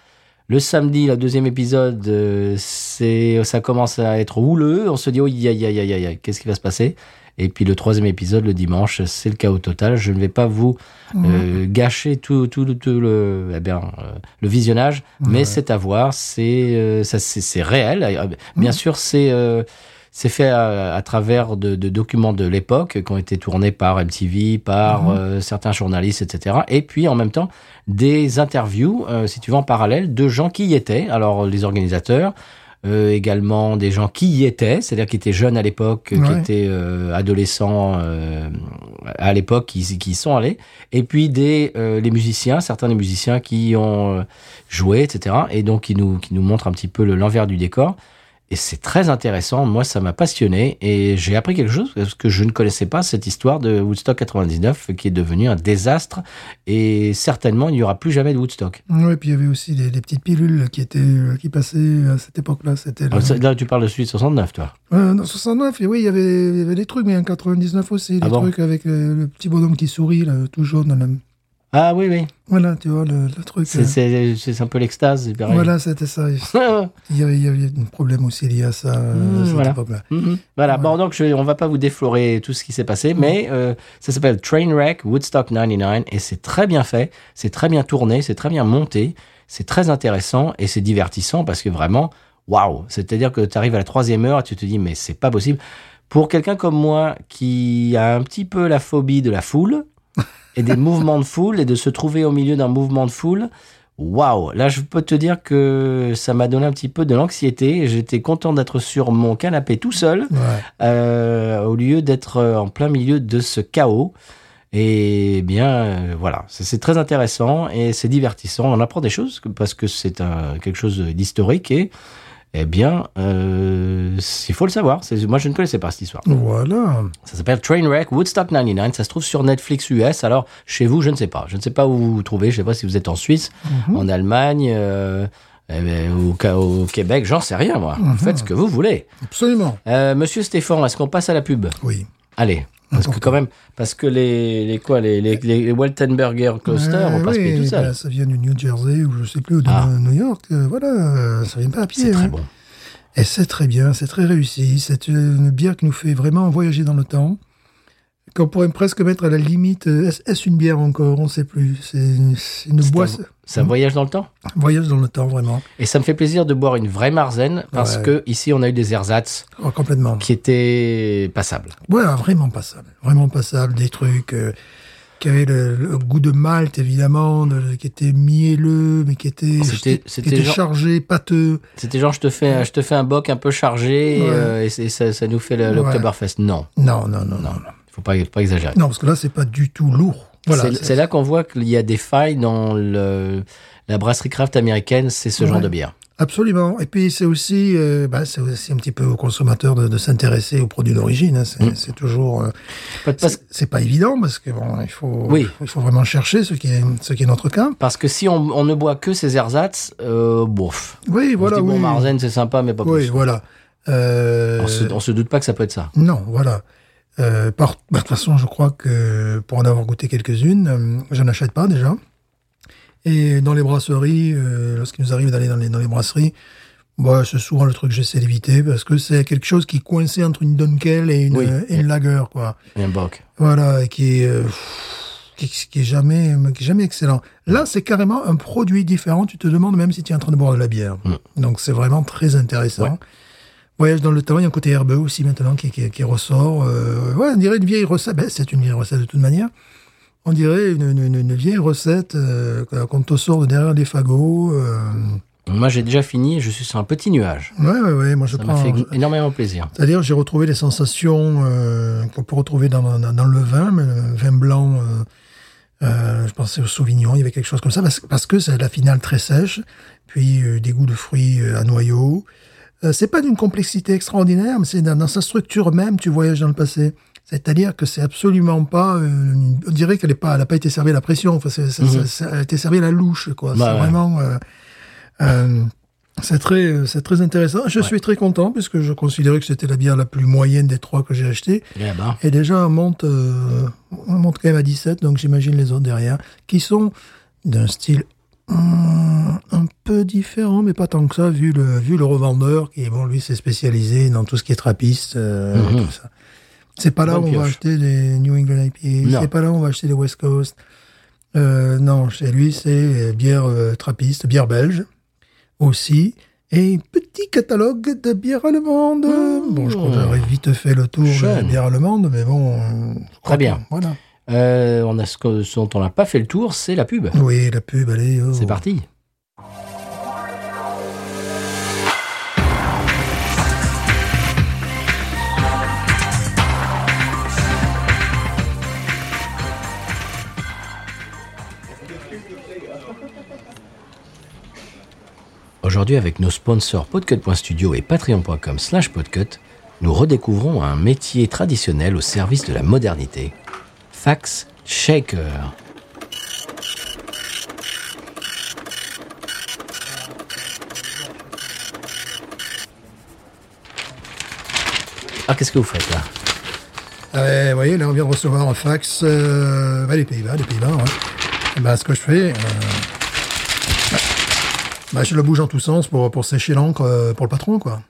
A: Le samedi, le deuxième épisode, euh, c'est, ça commence à être houleux. On se dit, oh, aïe, aïe, aïe, aïe, aïe, qu'est-ce qui va se passer Et puis le troisième épisode, le dimanche, c'est le chaos total. Je ne vais pas vous euh, gâcher tout, tout, tout le, eh bien, euh, le visionnage, mais c'est à voir, c'est, euh, ça, c'est, c'est réel. Euh, Bien sûr, c'est, euh, c'est fait à, à travers de, de documents de l'époque qui ont été tournés par MTV, par euh, certains journalistes, etc. Et puis en même temps, des interviews, euh, si tu veux, en parallèle de gens qui y étaient. Alors les organisateurs, euh, également des gens qui y étaient, c'est-à-dire qui étaient jeunes à l'époque, euh, qui
B: Ouais.
A: étaient euh, adolescents euh, à l'époque, qui, qui y sont allés. Et puis des euh, les musiciens, certains des musiciens qui y ont euh, joué, etc. Et donc qui nous qui nous montrent un petit peu le- l'envers du décor. Et c'est très intéressant. Moi, ça m'a passionné et j'ai appris quelque chose parce que je ne connaissais pas cette histoire de Woodstock 99 qui est devenu un désastre et certainement il n'y aura plus jamais de Woodstock.
B: Ouais, puis il y avait aussi des, des petites pilules qui étaient euh, qui passaient à cette époque-là. C'était le-
A: Alors, Ah, ça- Là, tu parles de celui de 69, toi.
B: Euh, dans 69, et oui, il y avait il y avait des trucs, mais en 99 aussi, des
A: Ah bon
B: trucs avec euh, le petit bonhomme qui sourit, là, tout jaune. là.
A: Ah oui, oui.
B: Voilà, tu vois, le, le truc.
A: C'est-
B: euh,
A: C'est c'est un peu l'extase. c'est pareil. Mhm.
B: Voilà, c'était ça. Il y avait, il y avait un problème aussi lié à ça, euh,
A: Mmh,
B: à cette
A: voilà.
B: époque-là.
A: Mhm. Voilà, bon, donc je, on va pas vous déflorer tout ce qui s'est passé, mais euh, ça s'appelle Trainwreck Woodstock 99 et c'est très bien fait, c'est très bien tourné, c'est très bien monté, c'est très intéressant et c'est divertissant parce que vraiment, waouh C'est-à-dire que tu arrives à la troisième heure et tu te dis, mais c'est pas possible. Pour quelqu'un comme moi qui a un petit peu la phobie de la foule et des mouvements de foule et de se trouver au milieu d'un mouvement de foule, Waouh, là je peux te dire que ça m'a donné un petit peu de l'anxiété. J'étais content d'être sur mon canapé tout seul
B: Ouais.
A: euh, au lieu d'être euh, en plein milieu de ce chaos. Et bien euh, voilà, c'est c'est très intéressant et c'est divertissant. On apprend des choses que- parce que c'est un- quelque chose d'historique et eh bien euh, il faut le savoir. C'est- Moi je ne connaissais pas cette histoire.
B: Voilà.
A: Ça s'appelle Trainwreck Woodstock 99. Ça se trouve sur Netflix US. Alors, chez vous, je ne sais pas. Je ne sais pas où vous vous trouvez. Je ne sais pas si vous êtes en Suisse, en Allemagne, euh, eh ben, au, Ca- au Québec. J'en sais rien, moi. Faites ce que vous voulez.
B: Absolument.
A: Euh, Monsieur Stéphane, est-ce qu'on passe à la pub
B: Oui.
A: Allez. Parce que, quand même, parce que les, les quoi, les, les, les, les Waltenburger Cluster,
B: Euh,
A: on passe
B: oui,
A: plus tout
B: bah,
A: seul.
B: ça vient du New Jersey ou je sais plus, ou de
A: Ah.
B: New York. euh, voilà, euh, ça vient pas à pied.
A: C'est très
B: hein.
A: bon.
B: Et c'est très bien, c'est très réussi. C'est une bière qui nous fait vraiment voyager dans le temps. Qu'on pourrait presque mettre à la limite. euh, Est-ce est-ce une bière encore On ne sait plus. C'est une, c'est une
A: C'est
B: boisse.
A: un- Ça voyage dans le temps.
B: Voyage dans le temps, vraiment.
A: Et ça me fait plaisir de boire une vraie Marzen parce
B: Ouais.
A: que ici, on a eu des ersatz
B: Oh, complètement.
A: qui étaient passables.
B: Voilà, vraiment passable. Vraiment passable. Des trucs euh, qui avaient le, le goût de malt, évidemment, de- qui était mielleux, mais qui était,
A: C'était-
B: qui
A: c'était
B: était
A: genre-
B: chargé, pâteux.
A: C'était genre, je te fais, un- je te fais un boc un peu chargé
B: Ouais.
A: et, euh, et c'est- ça, ça nous fait le-
B: Ouais.
A: l'Oktoberfest. Non,
B: Non, non, non, non.
A: il faut pas, faut pas exagérer.
B: Non, parce que là, c'est pas du tout lourd. Voilà.
A: C'est- c'est là qu'on voit qu'il y a des failles dans le, la brasserie craft américaine, c'est ce genre
B: Ouais.
A: de bière.
B: Absolument. Et puis c'est aussi, euh, bah, c'est aussi un petit peu au consommateur de, de s'intéresser aux produits d'origine. hein. C'est c'est toujours, euh,
A: Pas de- Mm. Parce,
B: c'est- c'est pas évident parce que bon, il faut,
A: Oui.
B: il faut vraiment chercher ce qui est, ce qui est notre cas.
A: parce que si on, on ne boit que ces ersatz, euh, bof.
B: Oui,
A: On se
B: voilà.
A: dit, bon,
B: oui.
A: Marzen, c'est sympa, mais pas
B: oui,
A: plus.
B: voilà. Euh,
A: On, se, on se doute pas que ça peut être ça.
B: Non, voilà. Euh, par, bah, de toute façon, je crois que pour en avoir goûté quelques-unes, euh, j'en achète pas déjà. Et dans les brasseries, euh, lorsqu'il nous arrive d'aller dans les, dans les brasseries, bah, c'est souvent le truc que j'essaie d'éviter parce que c'est quelque chose qui est coincé entre une Dunkel et une,
A: Oui.
B: euh, et une Lager, quoi.
A: Et Un boc.
B: Voilà, et qui est, euh, pff, qui, qui est jamais, qui est jamais excellent. Là, c'est carrément un produit différent. Tu te demandes même si tu es en train de boire de la bière. Donc, c'est vraiment très intéressant.
A: Mm. Ouais.
B: Voyage dans le temps, il y a un côté herbeux aussi maintenant qui, qui, qui ressort. Euh, ouais, on dirait une vieille recette. Ben, c'est une vieille recette de toute manière. On dirait une, une- une- une vieille recette euh, qu'on te sort de derrière des fagots. euh,
A: Moi, j'ai déjà fini. Je suis sur un petit nuage.
B: Ouais, ouais, ouais, moi je
A: Ça m'a
B: prends.
A: fait énormément plaisir.
B: C'est-à-dire, j'ai retrouvé les sensations euh, qu'on peut retrouver dans, dans- dans le vin, mais le vin blanc, euh, euh, je pensais au Sauvignon, il y avait quelque chose comme ça, parce, parce que c'est la finale très sèche, puis euh, des goûts de fruits euh, à noyaux. Euh, c'est pas d'une complexité extraordinaire, mais c'est dans, dans sa structure même, tu voyages dans le passé. C'est-à-dire que c'est absolument pas, euh, une- on dirait qu'elle n'a pas, elle a pas été servie à la pression, enfin, c'est- c'est- c'est- c'est- elle a été servie à la louche, quoi.
A: Mm-hmm. Bah
B: c'est
A: ouais.
B: vraiment, euh, euh, c'est très, euh, c'est très intéressant. Je suis très content puisque je considérais que c'était la bière la plus moyenne des trois que j'ai achetées.
A: Et là-bas.
B: Et déjà, on monte, euh, on monte quand même à 17, donc j'imagine les autres derrière, qui sont d'un style hum, un peu différent, mais pas tant que ça, vu le, vu le revendeur, qui, bon, lui, s'est spécialisé dans tout ce qui est trappiste, euh, et tout ça. C'est pas là
A: Mhm.
B: où
A: Bonne
B: on va
A: pioche.
B: acheter des New England IPA,
A: Non.
B: c'est pas là où on va acheter des West Coast. Euh, non, chez lui, c'est euh, bière euh, trappiste, bière belge aussi. Et petit catalogue de bière allemande.
A: Oh.
B: Bon, je crois que j'aurais vite fait le tour de la
A: Jeune.
B: bière allemande, mais bon. euh, je crois
A: Très bien.
B: que- Voilà.
A: Euh, on a ce que- ce dont on n'a pas fait le tour, c'est la pub.
B: Oui, la pub, allez. oh.
A: C'est parti. Aujourd'hui, avec nos sponsors podcut.studio et patreon.com slash podcut, nous redécouvrons un métier traditionnel au service de la modernité. Fax Shaker. Ah, qu'est-ce que vous faites là
B: Ah ouais, vous voyez, là, on vient de recevoir un fax. euh, bah, les Pays-Bas, les Pays-Bas. ouais. Et bah, ce que je fais. euh, bah, je le bouge en tous sens pour, pour sécher l'encre euh, pour le patron, quoi.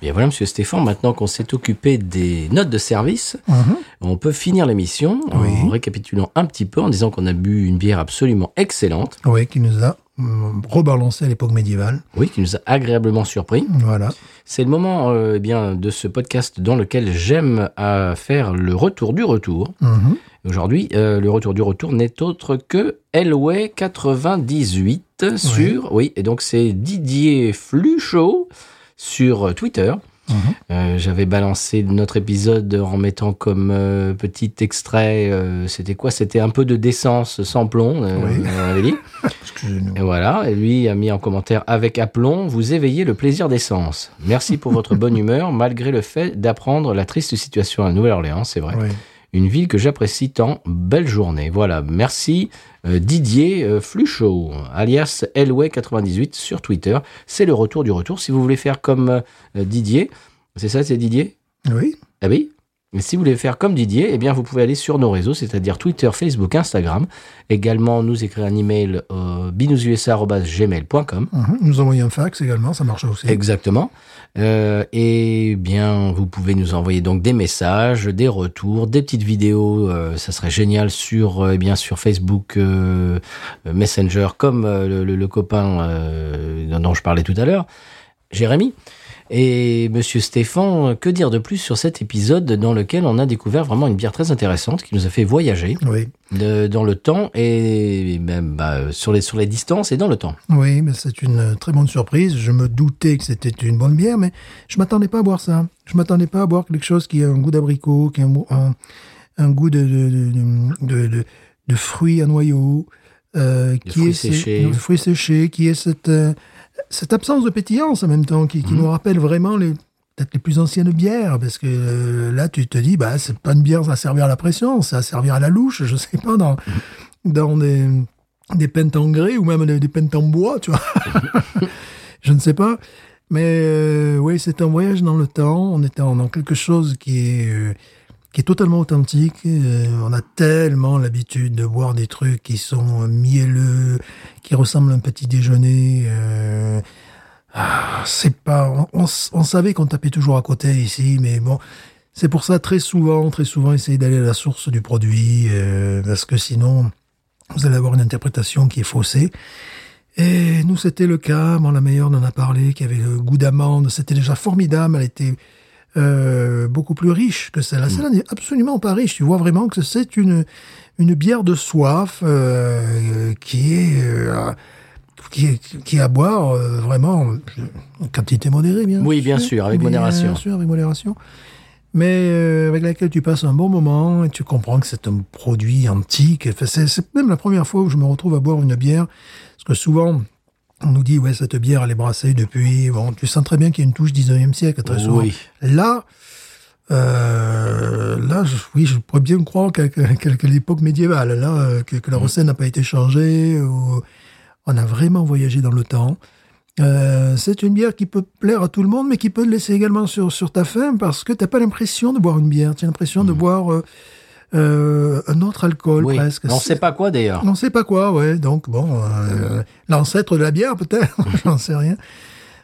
A: Bien voilà, monsieur Stéphane, maintenant qu'on s'est occupé des notes de service, on peut finir l'émission en récapitulant un petit peu, en disant qu'on a bu une bière absolument excellente,
B: Oui, qui nous a hum, rebalancé à l'époque médiévale.
A: oui, qui nous a agréablement surpris.
B: Voilà.
A: C'est le moment euh, eh bien, de ce podcast dans lequel j'aime à faire le retour du retour.
B: Mhm.
A: Aujourd'hui, euh, le retour du retour n'est autre que Elway 98 sur. Oui, et donc c'est Didier Fluchot sur Twitter. Euh, J'avais balancé notre épisode en mettant comme euh, petit extrait, euh, c'était quoi C'était un peu de décence sans plomb, euh,
B: Oui.
A: on avait dit.
B: Excusez-nous.
A: Et voilà, et lui a mis en commentaire avec aplomb, vous éveillez le plaisir des sens. Merci pour votre bonne humeur, malgré le fait d'apprendre la triste situation à Nouvelle-Orléans, c'est vrai.
B: Oui.
A: Une ville que j'apprécie tant, belle journée. Voilà, merci euh, Didier euh, Fluchot, alias Elway98 sur Twitter. C'est le retour du retour. Si vous voulez faire comme euh, Didier, c'est ça, c'est Didier
B: Oui.
A: ah oui Mais si vous voulez faire comme Didier, eh bien vous pouvez aller sur nos réseaux, c'est-à-dire Twitter, Facebook, Instagram. Également, nous écrire un email euh, binoususa.gmail.com.
B: Mhm. Nous envoyer un fax également, ça marche aussi.
A: Exactement. Euh, et bien, vous pouvez nous envoyer donc des messages, des retours, des petites vidéos. euh, ça serait génial sur euh, eh bien sur Facebook euh, Messenger, comme euh, le, le- le copain euh, dont je parlais tout à l'heure, Jérémy. Et Monsieur Stéphane, que dire de plus sur cet épisode dans lequel on a découvert vraiment une bière très intéressante qui nous a fait voyager
B: Oui.
A: euh, dans le temps et même bah, sur les sur les distances et dans le temps.
B: Oui, mais c'est une euh, très bonne surprise. Je me doutais que c'était une bonne bière, mais je m'attendais pas à boire ça. Je m'attendais pas à boire quelque chose qui a un goût d'abricot, qui a un, mo- un- un goût de, de, de, de, de- de fruits à noyaux, euh, qui
A: fruits
B: est ces-
A: séchés.
B: de fruits séchés, qui est cette, euh, cette absence de pétillance en même temps, qui,
A: Mhm.
B: qui nous rappelle vraiment les peut-être les plus anciennes bières, parce que euh, là tu te dis, bah c'est pas une bière à servir à la pression, c'est à servir à la louche, je sais pas dans dans des des pentes en grès ou même des, des pentes en bois, tu vois. je ne sais pas. Mais euh, oui, c'est un voyage dans le temps. On est en- dans quelque chose qui est euh, qui est totalement authentique. Euh, on a tellement l'habitude de boire des trucs qui sont euh, mielleux, qui ressemblent à un petit déjeuner. euh, ah, c'est pas. on- On, s- on savait qu'on tapait toujours à côté ici, mais bon. C'est pour ça très souvent, très souvent, essayer d'aller à la source du produit, euh, parce que sinon, vous allez avoir une interprétation qui est faussée. Et nous, c'était le cas. Bon, la meilleure on en a parlé, qui avait le goût d'amande. C'était déjà formidable. Elle était euh, beaucoup plus riche que
A: Mm.
B: celle-là. Celle-là n'est absolument pas riche. Tu vois vraiment que c'est une, une bière de soif euh, qui est... euh, qui est, qui est à boire euh, vraiment en quantité modérée, bien
A: Oui, bien sûr, avec modération.
B: Bien sûr, avec modération. Mais euh, avec laquelle tu passes un bon moment et tu comprends que c'est un produit antique. Enfin, c'est- c'est même la première fois où je me retrouve à boire une bière. Parce que souvent, on nous dit, ouais, cette bière, elle est brassée depuis. Bon, tu sens très bien qu'il y a une touche 19e siècle, très souvent.
A: Oui.
B: Là, euh, là, je- oui, je pourrais bien croire qu'à qu'à- qu'à- qu'à l'époque médiévale, là, euh, que,
A: Mm.
B: que la recette n'a pas été changée, ou on a vraiment voyagé dans le temps. Euh, c'est une bière qui peut plaire à tout le monde, mais qui peut te laisser également sur, sur ta faim parce que t'as pas l'impression de boire une bière. Tu as l'impression de boire euh, euh, un autre alcool
A: Mm. Oui.
B: presque.
A: On sait pas quoi d'ailleurs.
B: On sait pas quoi, ouais. Donc bon, euh, l'ancêtre de la bière peut-être, j'en sais rien.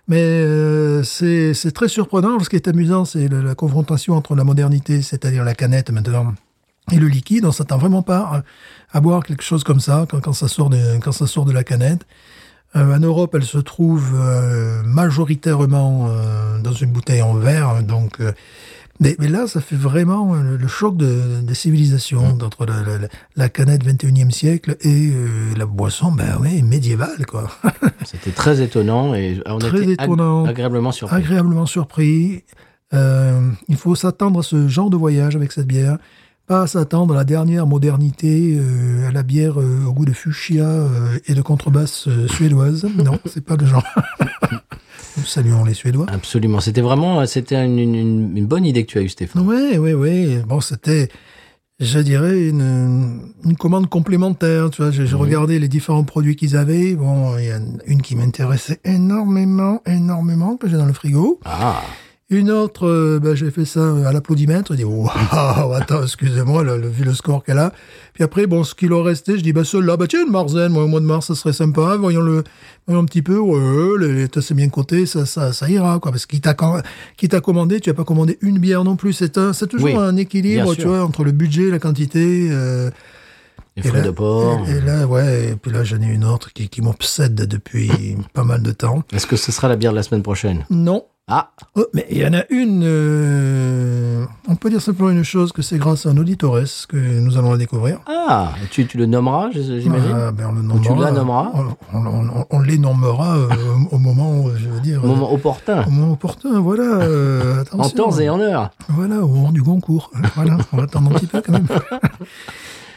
B: Mais euh, c'est c'est très surprenant. Ce qui est amusant, c'est le- la confrontation entre la modernité, c'est-à-dire la canette maintenant, et le liquide. On s'attend vraiment pas à, à boire quelque chose comme ça quand, quand ça sort de quand ça sort de la canette. Euh, en Europe, elle se trouve euh, majoritairement euh, dans une bouteille en verre, donc. euh, mais, mais là, ça fait vraiment euh, le, le choc de, des civilisations entre la, la- la- la canette 21e siècle et euh, la boisson, ben oui, médiévale, quoi.
A: C'était très étonnant et on
B: Très
A: était ag-
B: étonnant.
A: agréablement surpris.
B: Agréablement surpris. Euh, il faut s'attendre à ce genre de voyage avec cette bière. Pas à s'attendre à la dernière modernité, euh, à la bière euh, au goût de fuchsia euh, et de contrebasse euh, suédoise. Non, c'est pas le genre. Nous saluons les Suédois.
A: Absolument. C'était vraiment, euh, c'était une, une- une- une bonne idée que tu as eue, Stéphane.
B: Oui, oui, oui. Bon, c'était, je dirais, une, une commande complémentaire. Tu vois, j'ai j'ai regardé les différents produits qu'ils avaient. Bon, il y en a une qui m'intéressait énormément, énormément, que j'ai dans le frigo.
A: Ah,
B: Une autre, euh, ben, j'ai fait ça à l'applaudimètre. J'ai dit, waouh, attends, excusez-moi, le, le- vu le score qu'elle a. Puis après, bon, ce qu'il leur restait, je dis, bah, celle-là, bah, tiens, une Marzen, moi, au mois de mars, ça serait sympa. Voyons le, voyons un petit peu, ouais, elle est assez bien cotée, ça, ça, ça ira, quoi. Parce qu'il t'a, quand- qu'il t'a commandé, tu as pas commandé une bière non plus. C'est un, c'est toujours
A: Oui,
B: un équilibre,
A: bien
B: tu
A: sûr.
B: vois, entre le budget, la quantité, euh,
A: les fruits de porc.
B: et, et là, ouais, et puis là, j'en ai une autre qui, qui m'obsède depuis pas mal de temps.
A: Est-ce que ce sera la bière de la semaine prochaine
B: Non,
A: Ah,
B: Oh, mais il y en a une. euh, on peut dire simplement une chose que c'est grâce à un auditores que nous allons la découvrir.
A: ah, tu, tu le nommeras, j- j'imagine.
B: Ah, ben, on le
A: Ou tu
B: nommera. euh,
A: la nommeras
B: On, on- on- on les nommera euh, au moment, où, je veux dire,
A: Au
B: euh,
A: moment opportun,
B: au moment opportun. Voilà. euh,
A: en
B: attention.
A: temps et en heure.
B: Voilà, au moment du concours. Hein, Voilà, on va attendre un petit peu quand même.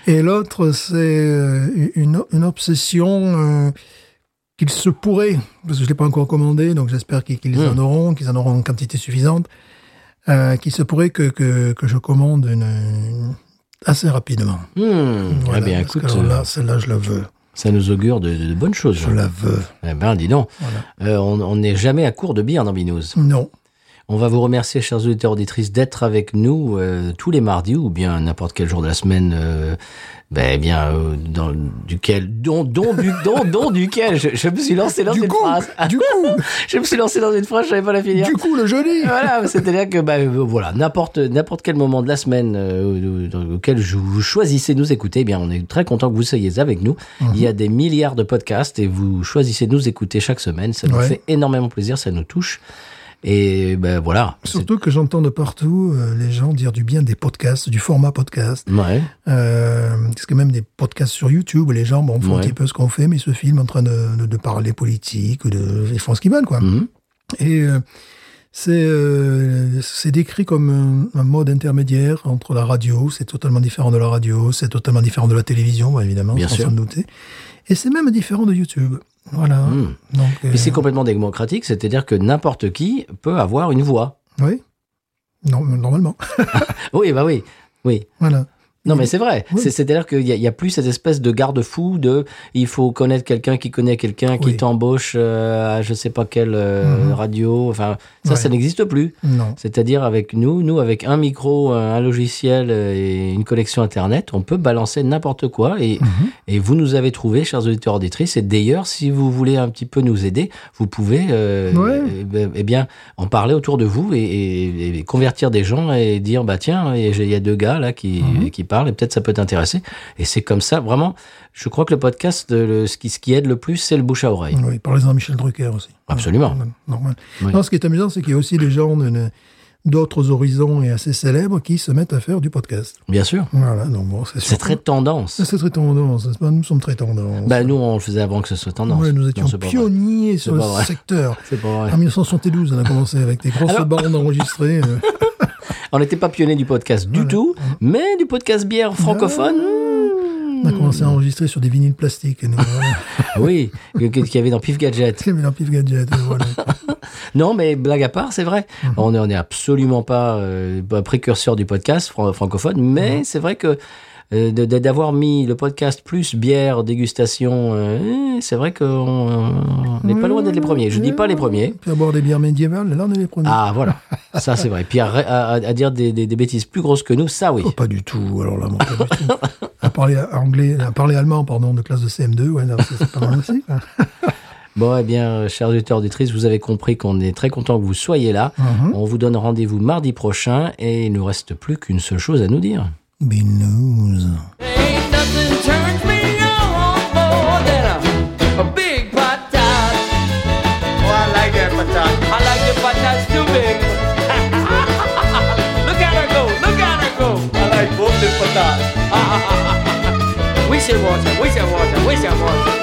B: Et l'autre, c'est euh, une, une obsession euh, qu'il se pourrait, parce que je ne l'ai pas encore commandé, donc j'espère qu'ils qu'ils
A: Hmm.
B: en auront, qu'ils en auront en quantité suffisante, euh, qu'il se pourrait que, que, que je commande une, une- assez rapidement.
A: Hmm,
B: Voilà,
A: eh bien,
B: parce que
A: écoute,
B: alors
A: euh,
B: là, celle-là, je la veux.
A: ça nous augure de, de- de bonnes choses.
B: Je la veux.
A: Eh ben, dis donc,
B: Voilà.
A: euh, on on n'est jamais à court de bière dans Binous.
B: Non.
A: On va vous remercier, chers auditeurs auditrices, d'être avec nous euh, tous les mardis ou bien n'importe quel jour de la semaine, euh, ben, eh bien euh, dans duquel, dont, dont, du, dont, dont duquel. Je, je me suis lancé dans
B: Du
A: une
B: coup,
A: phrase.
B: du coup,
A: je me suis lancé dans une phrase, je savais pas la finir.
B: du coup, le joli.
A: Voilà, c'est-à-dire que bah, euh, voilà, n'importe n'importe quel moment de la semaine euh, dans lequel je- vous choisissez de nous écouter, eh bien on est très content que vous soyez avec nous.
B: Mhm.
A: Il y a des milliards de podcasts et vous choisissez de nous écouter chaque semaine. Ça nous
B: Ouais.
A: fait énormément plaisir, ça nous touche. Et ben voilà.
B: Surtout que j'entends de partout euh, les gens dire du bien des podcasts, du format podcast.
A: C'est- Ouais.
B: Euh, parce que même des podcasts sur YouTube, où les gens bon, font
A: Ouais.
B: un petit peu ce qu'on fait, mais ils se filment en train de, de, de parler politique, ou de, ils font ce qu'ils veulent, quoi.
A: Mhm.
B: Et euh, c'est euh, c'est décrit comme un, un mode intermédiaire entre la radio, c'est totalement différent de la radio, c'est totalement différent de la télévision, bah, évidemment,
A: Bien
B: sans
A: sûr.
B: s'en douter. Et c'est même différent de YouTube. Voilà.
A: Mhm.
B: Donc, euh,
A: Et c'est complètement démocratique, c'est-à-dire que n'importe qui peut avoir une voix.
B: oui. Non, normalement.
A: Oui, bah oui. Oui.
B: Voilà.
A: Non, mais
B: Il-
A: c'est vrai.
B: Oui.
A: C'est- C'est-à-dire qu'il n'y a, il y a plus cette espèce de garde-fou de il faut connaître quelqu'un qui connaît quelqu'un qui
B: Oui.
A: t'embauche euh, à je sais pas quelle euh,
B: Mhm.
A: radio. Enfin, ça,
B: Ouais.
A: ça n'existe plus.
B: Non.
A: C'est-à-dire avec nous, nous, avec un micro, euh, un logiciel euh, et une connexion Internet, on peut balancer n'importe quoi. Et,
B: Mhm.
A: et vous nous avez trouvé, chers auditeurs auditrices. Et d'ailleurs, si vous voulez un petit peu nous aider, vous pouvez euh,
B: Ouais.
A: eh ben- eh bien, en parler autour de vous et, et- et convertir des gens et dire, bah tiens, il y a- il y a deux gars là qui,
B: Mhm.
A: qui parlent et peut-être ça peut t'intéresser. Et c'est comme ça, vraiment, je crois que le podcast, euh, le- ce, qui, ce qui aide le plus, c'est le bouche à oreille.
B: Oui, parlez-en à Michel Drucker aussi.
A: Absolument.
B: Normal.
A: Oui.
B: Non, ce qui est amusant, c'est qu'il y a aussi des gens de, de- d'autres horizons et assez célèbres qui se mettent à faire du podcast.
A: Bien sûr.
B: Voilà, donc bon, c'est
A: C'est
B: surtout-
A: très tendance.
B: Ça, C'est très tendance, n'est-ce pas Nous sommes très tendance.
A: Bah, nous, on le faisait avant que ce soit tendance.
B: Ouais, nous
A: Non,
B: étions
A: c'est pas vrai.
B: pionniers sur
A: C'est
B: le
A: pas vrai.
B: secteur.
A: C'est pas vrai.
B: En 1972, on a commencé avec des grosses
A: Alors-
B: bandes enregistrées. euh.
A: On n'était pas pionnier du podcast du tout, mais du podcast bière francophone.
B: on a commencé
A: Hmm.
B: à enregistrer sur des vinyles plastiques. Et nous, voilà.
A: Oui, que- que- qu'il y avait dans Pif Gadget.
B: C'est leur pif gadget. euh, Voilà.
A: Non, mais blague à part, c'est vrai. On n'est on est absolument pas euh, pas précurseur du podcast fran- francophone, mais c'est vrai que euh, de- de- d'avoir mis le podcast plus bière, dégustation, euh, eh, c'est vrai qu'on on n'est pas loin d'être les premiers. Je dis pas les premiers.
B: Puis à boire des bières médiévales, là on est les premiers.
A: Ah, voilà. Ça, c'est vrai. Puis à, ré- à- à- à dire des, des- des bêtises plus grosses que nous, ça, oui.
B: Oh, pas du tout, alors là, moi, pas du tout. À parler anglais, à parler allemand, pardon, de classe de CM2, ouais, non, c'est c'est pas mal aussi. hein. quoi.
A: Bon, eh bien, euh, chers auditeurs, auditrices, vous avez compris qu'on est très content que vous soyez là. On vous donne rendez-vous mardi prochain et il ne nous reste plus qu'une seule chose à nous dire.
B: Big news.
F: Ain't nothing turns me on more than a, a big patat. Oh, I like that patat. I like the patats too big. look at her go, look at her go. I like both the patats. we should watch her, we should watch her, we should watch her.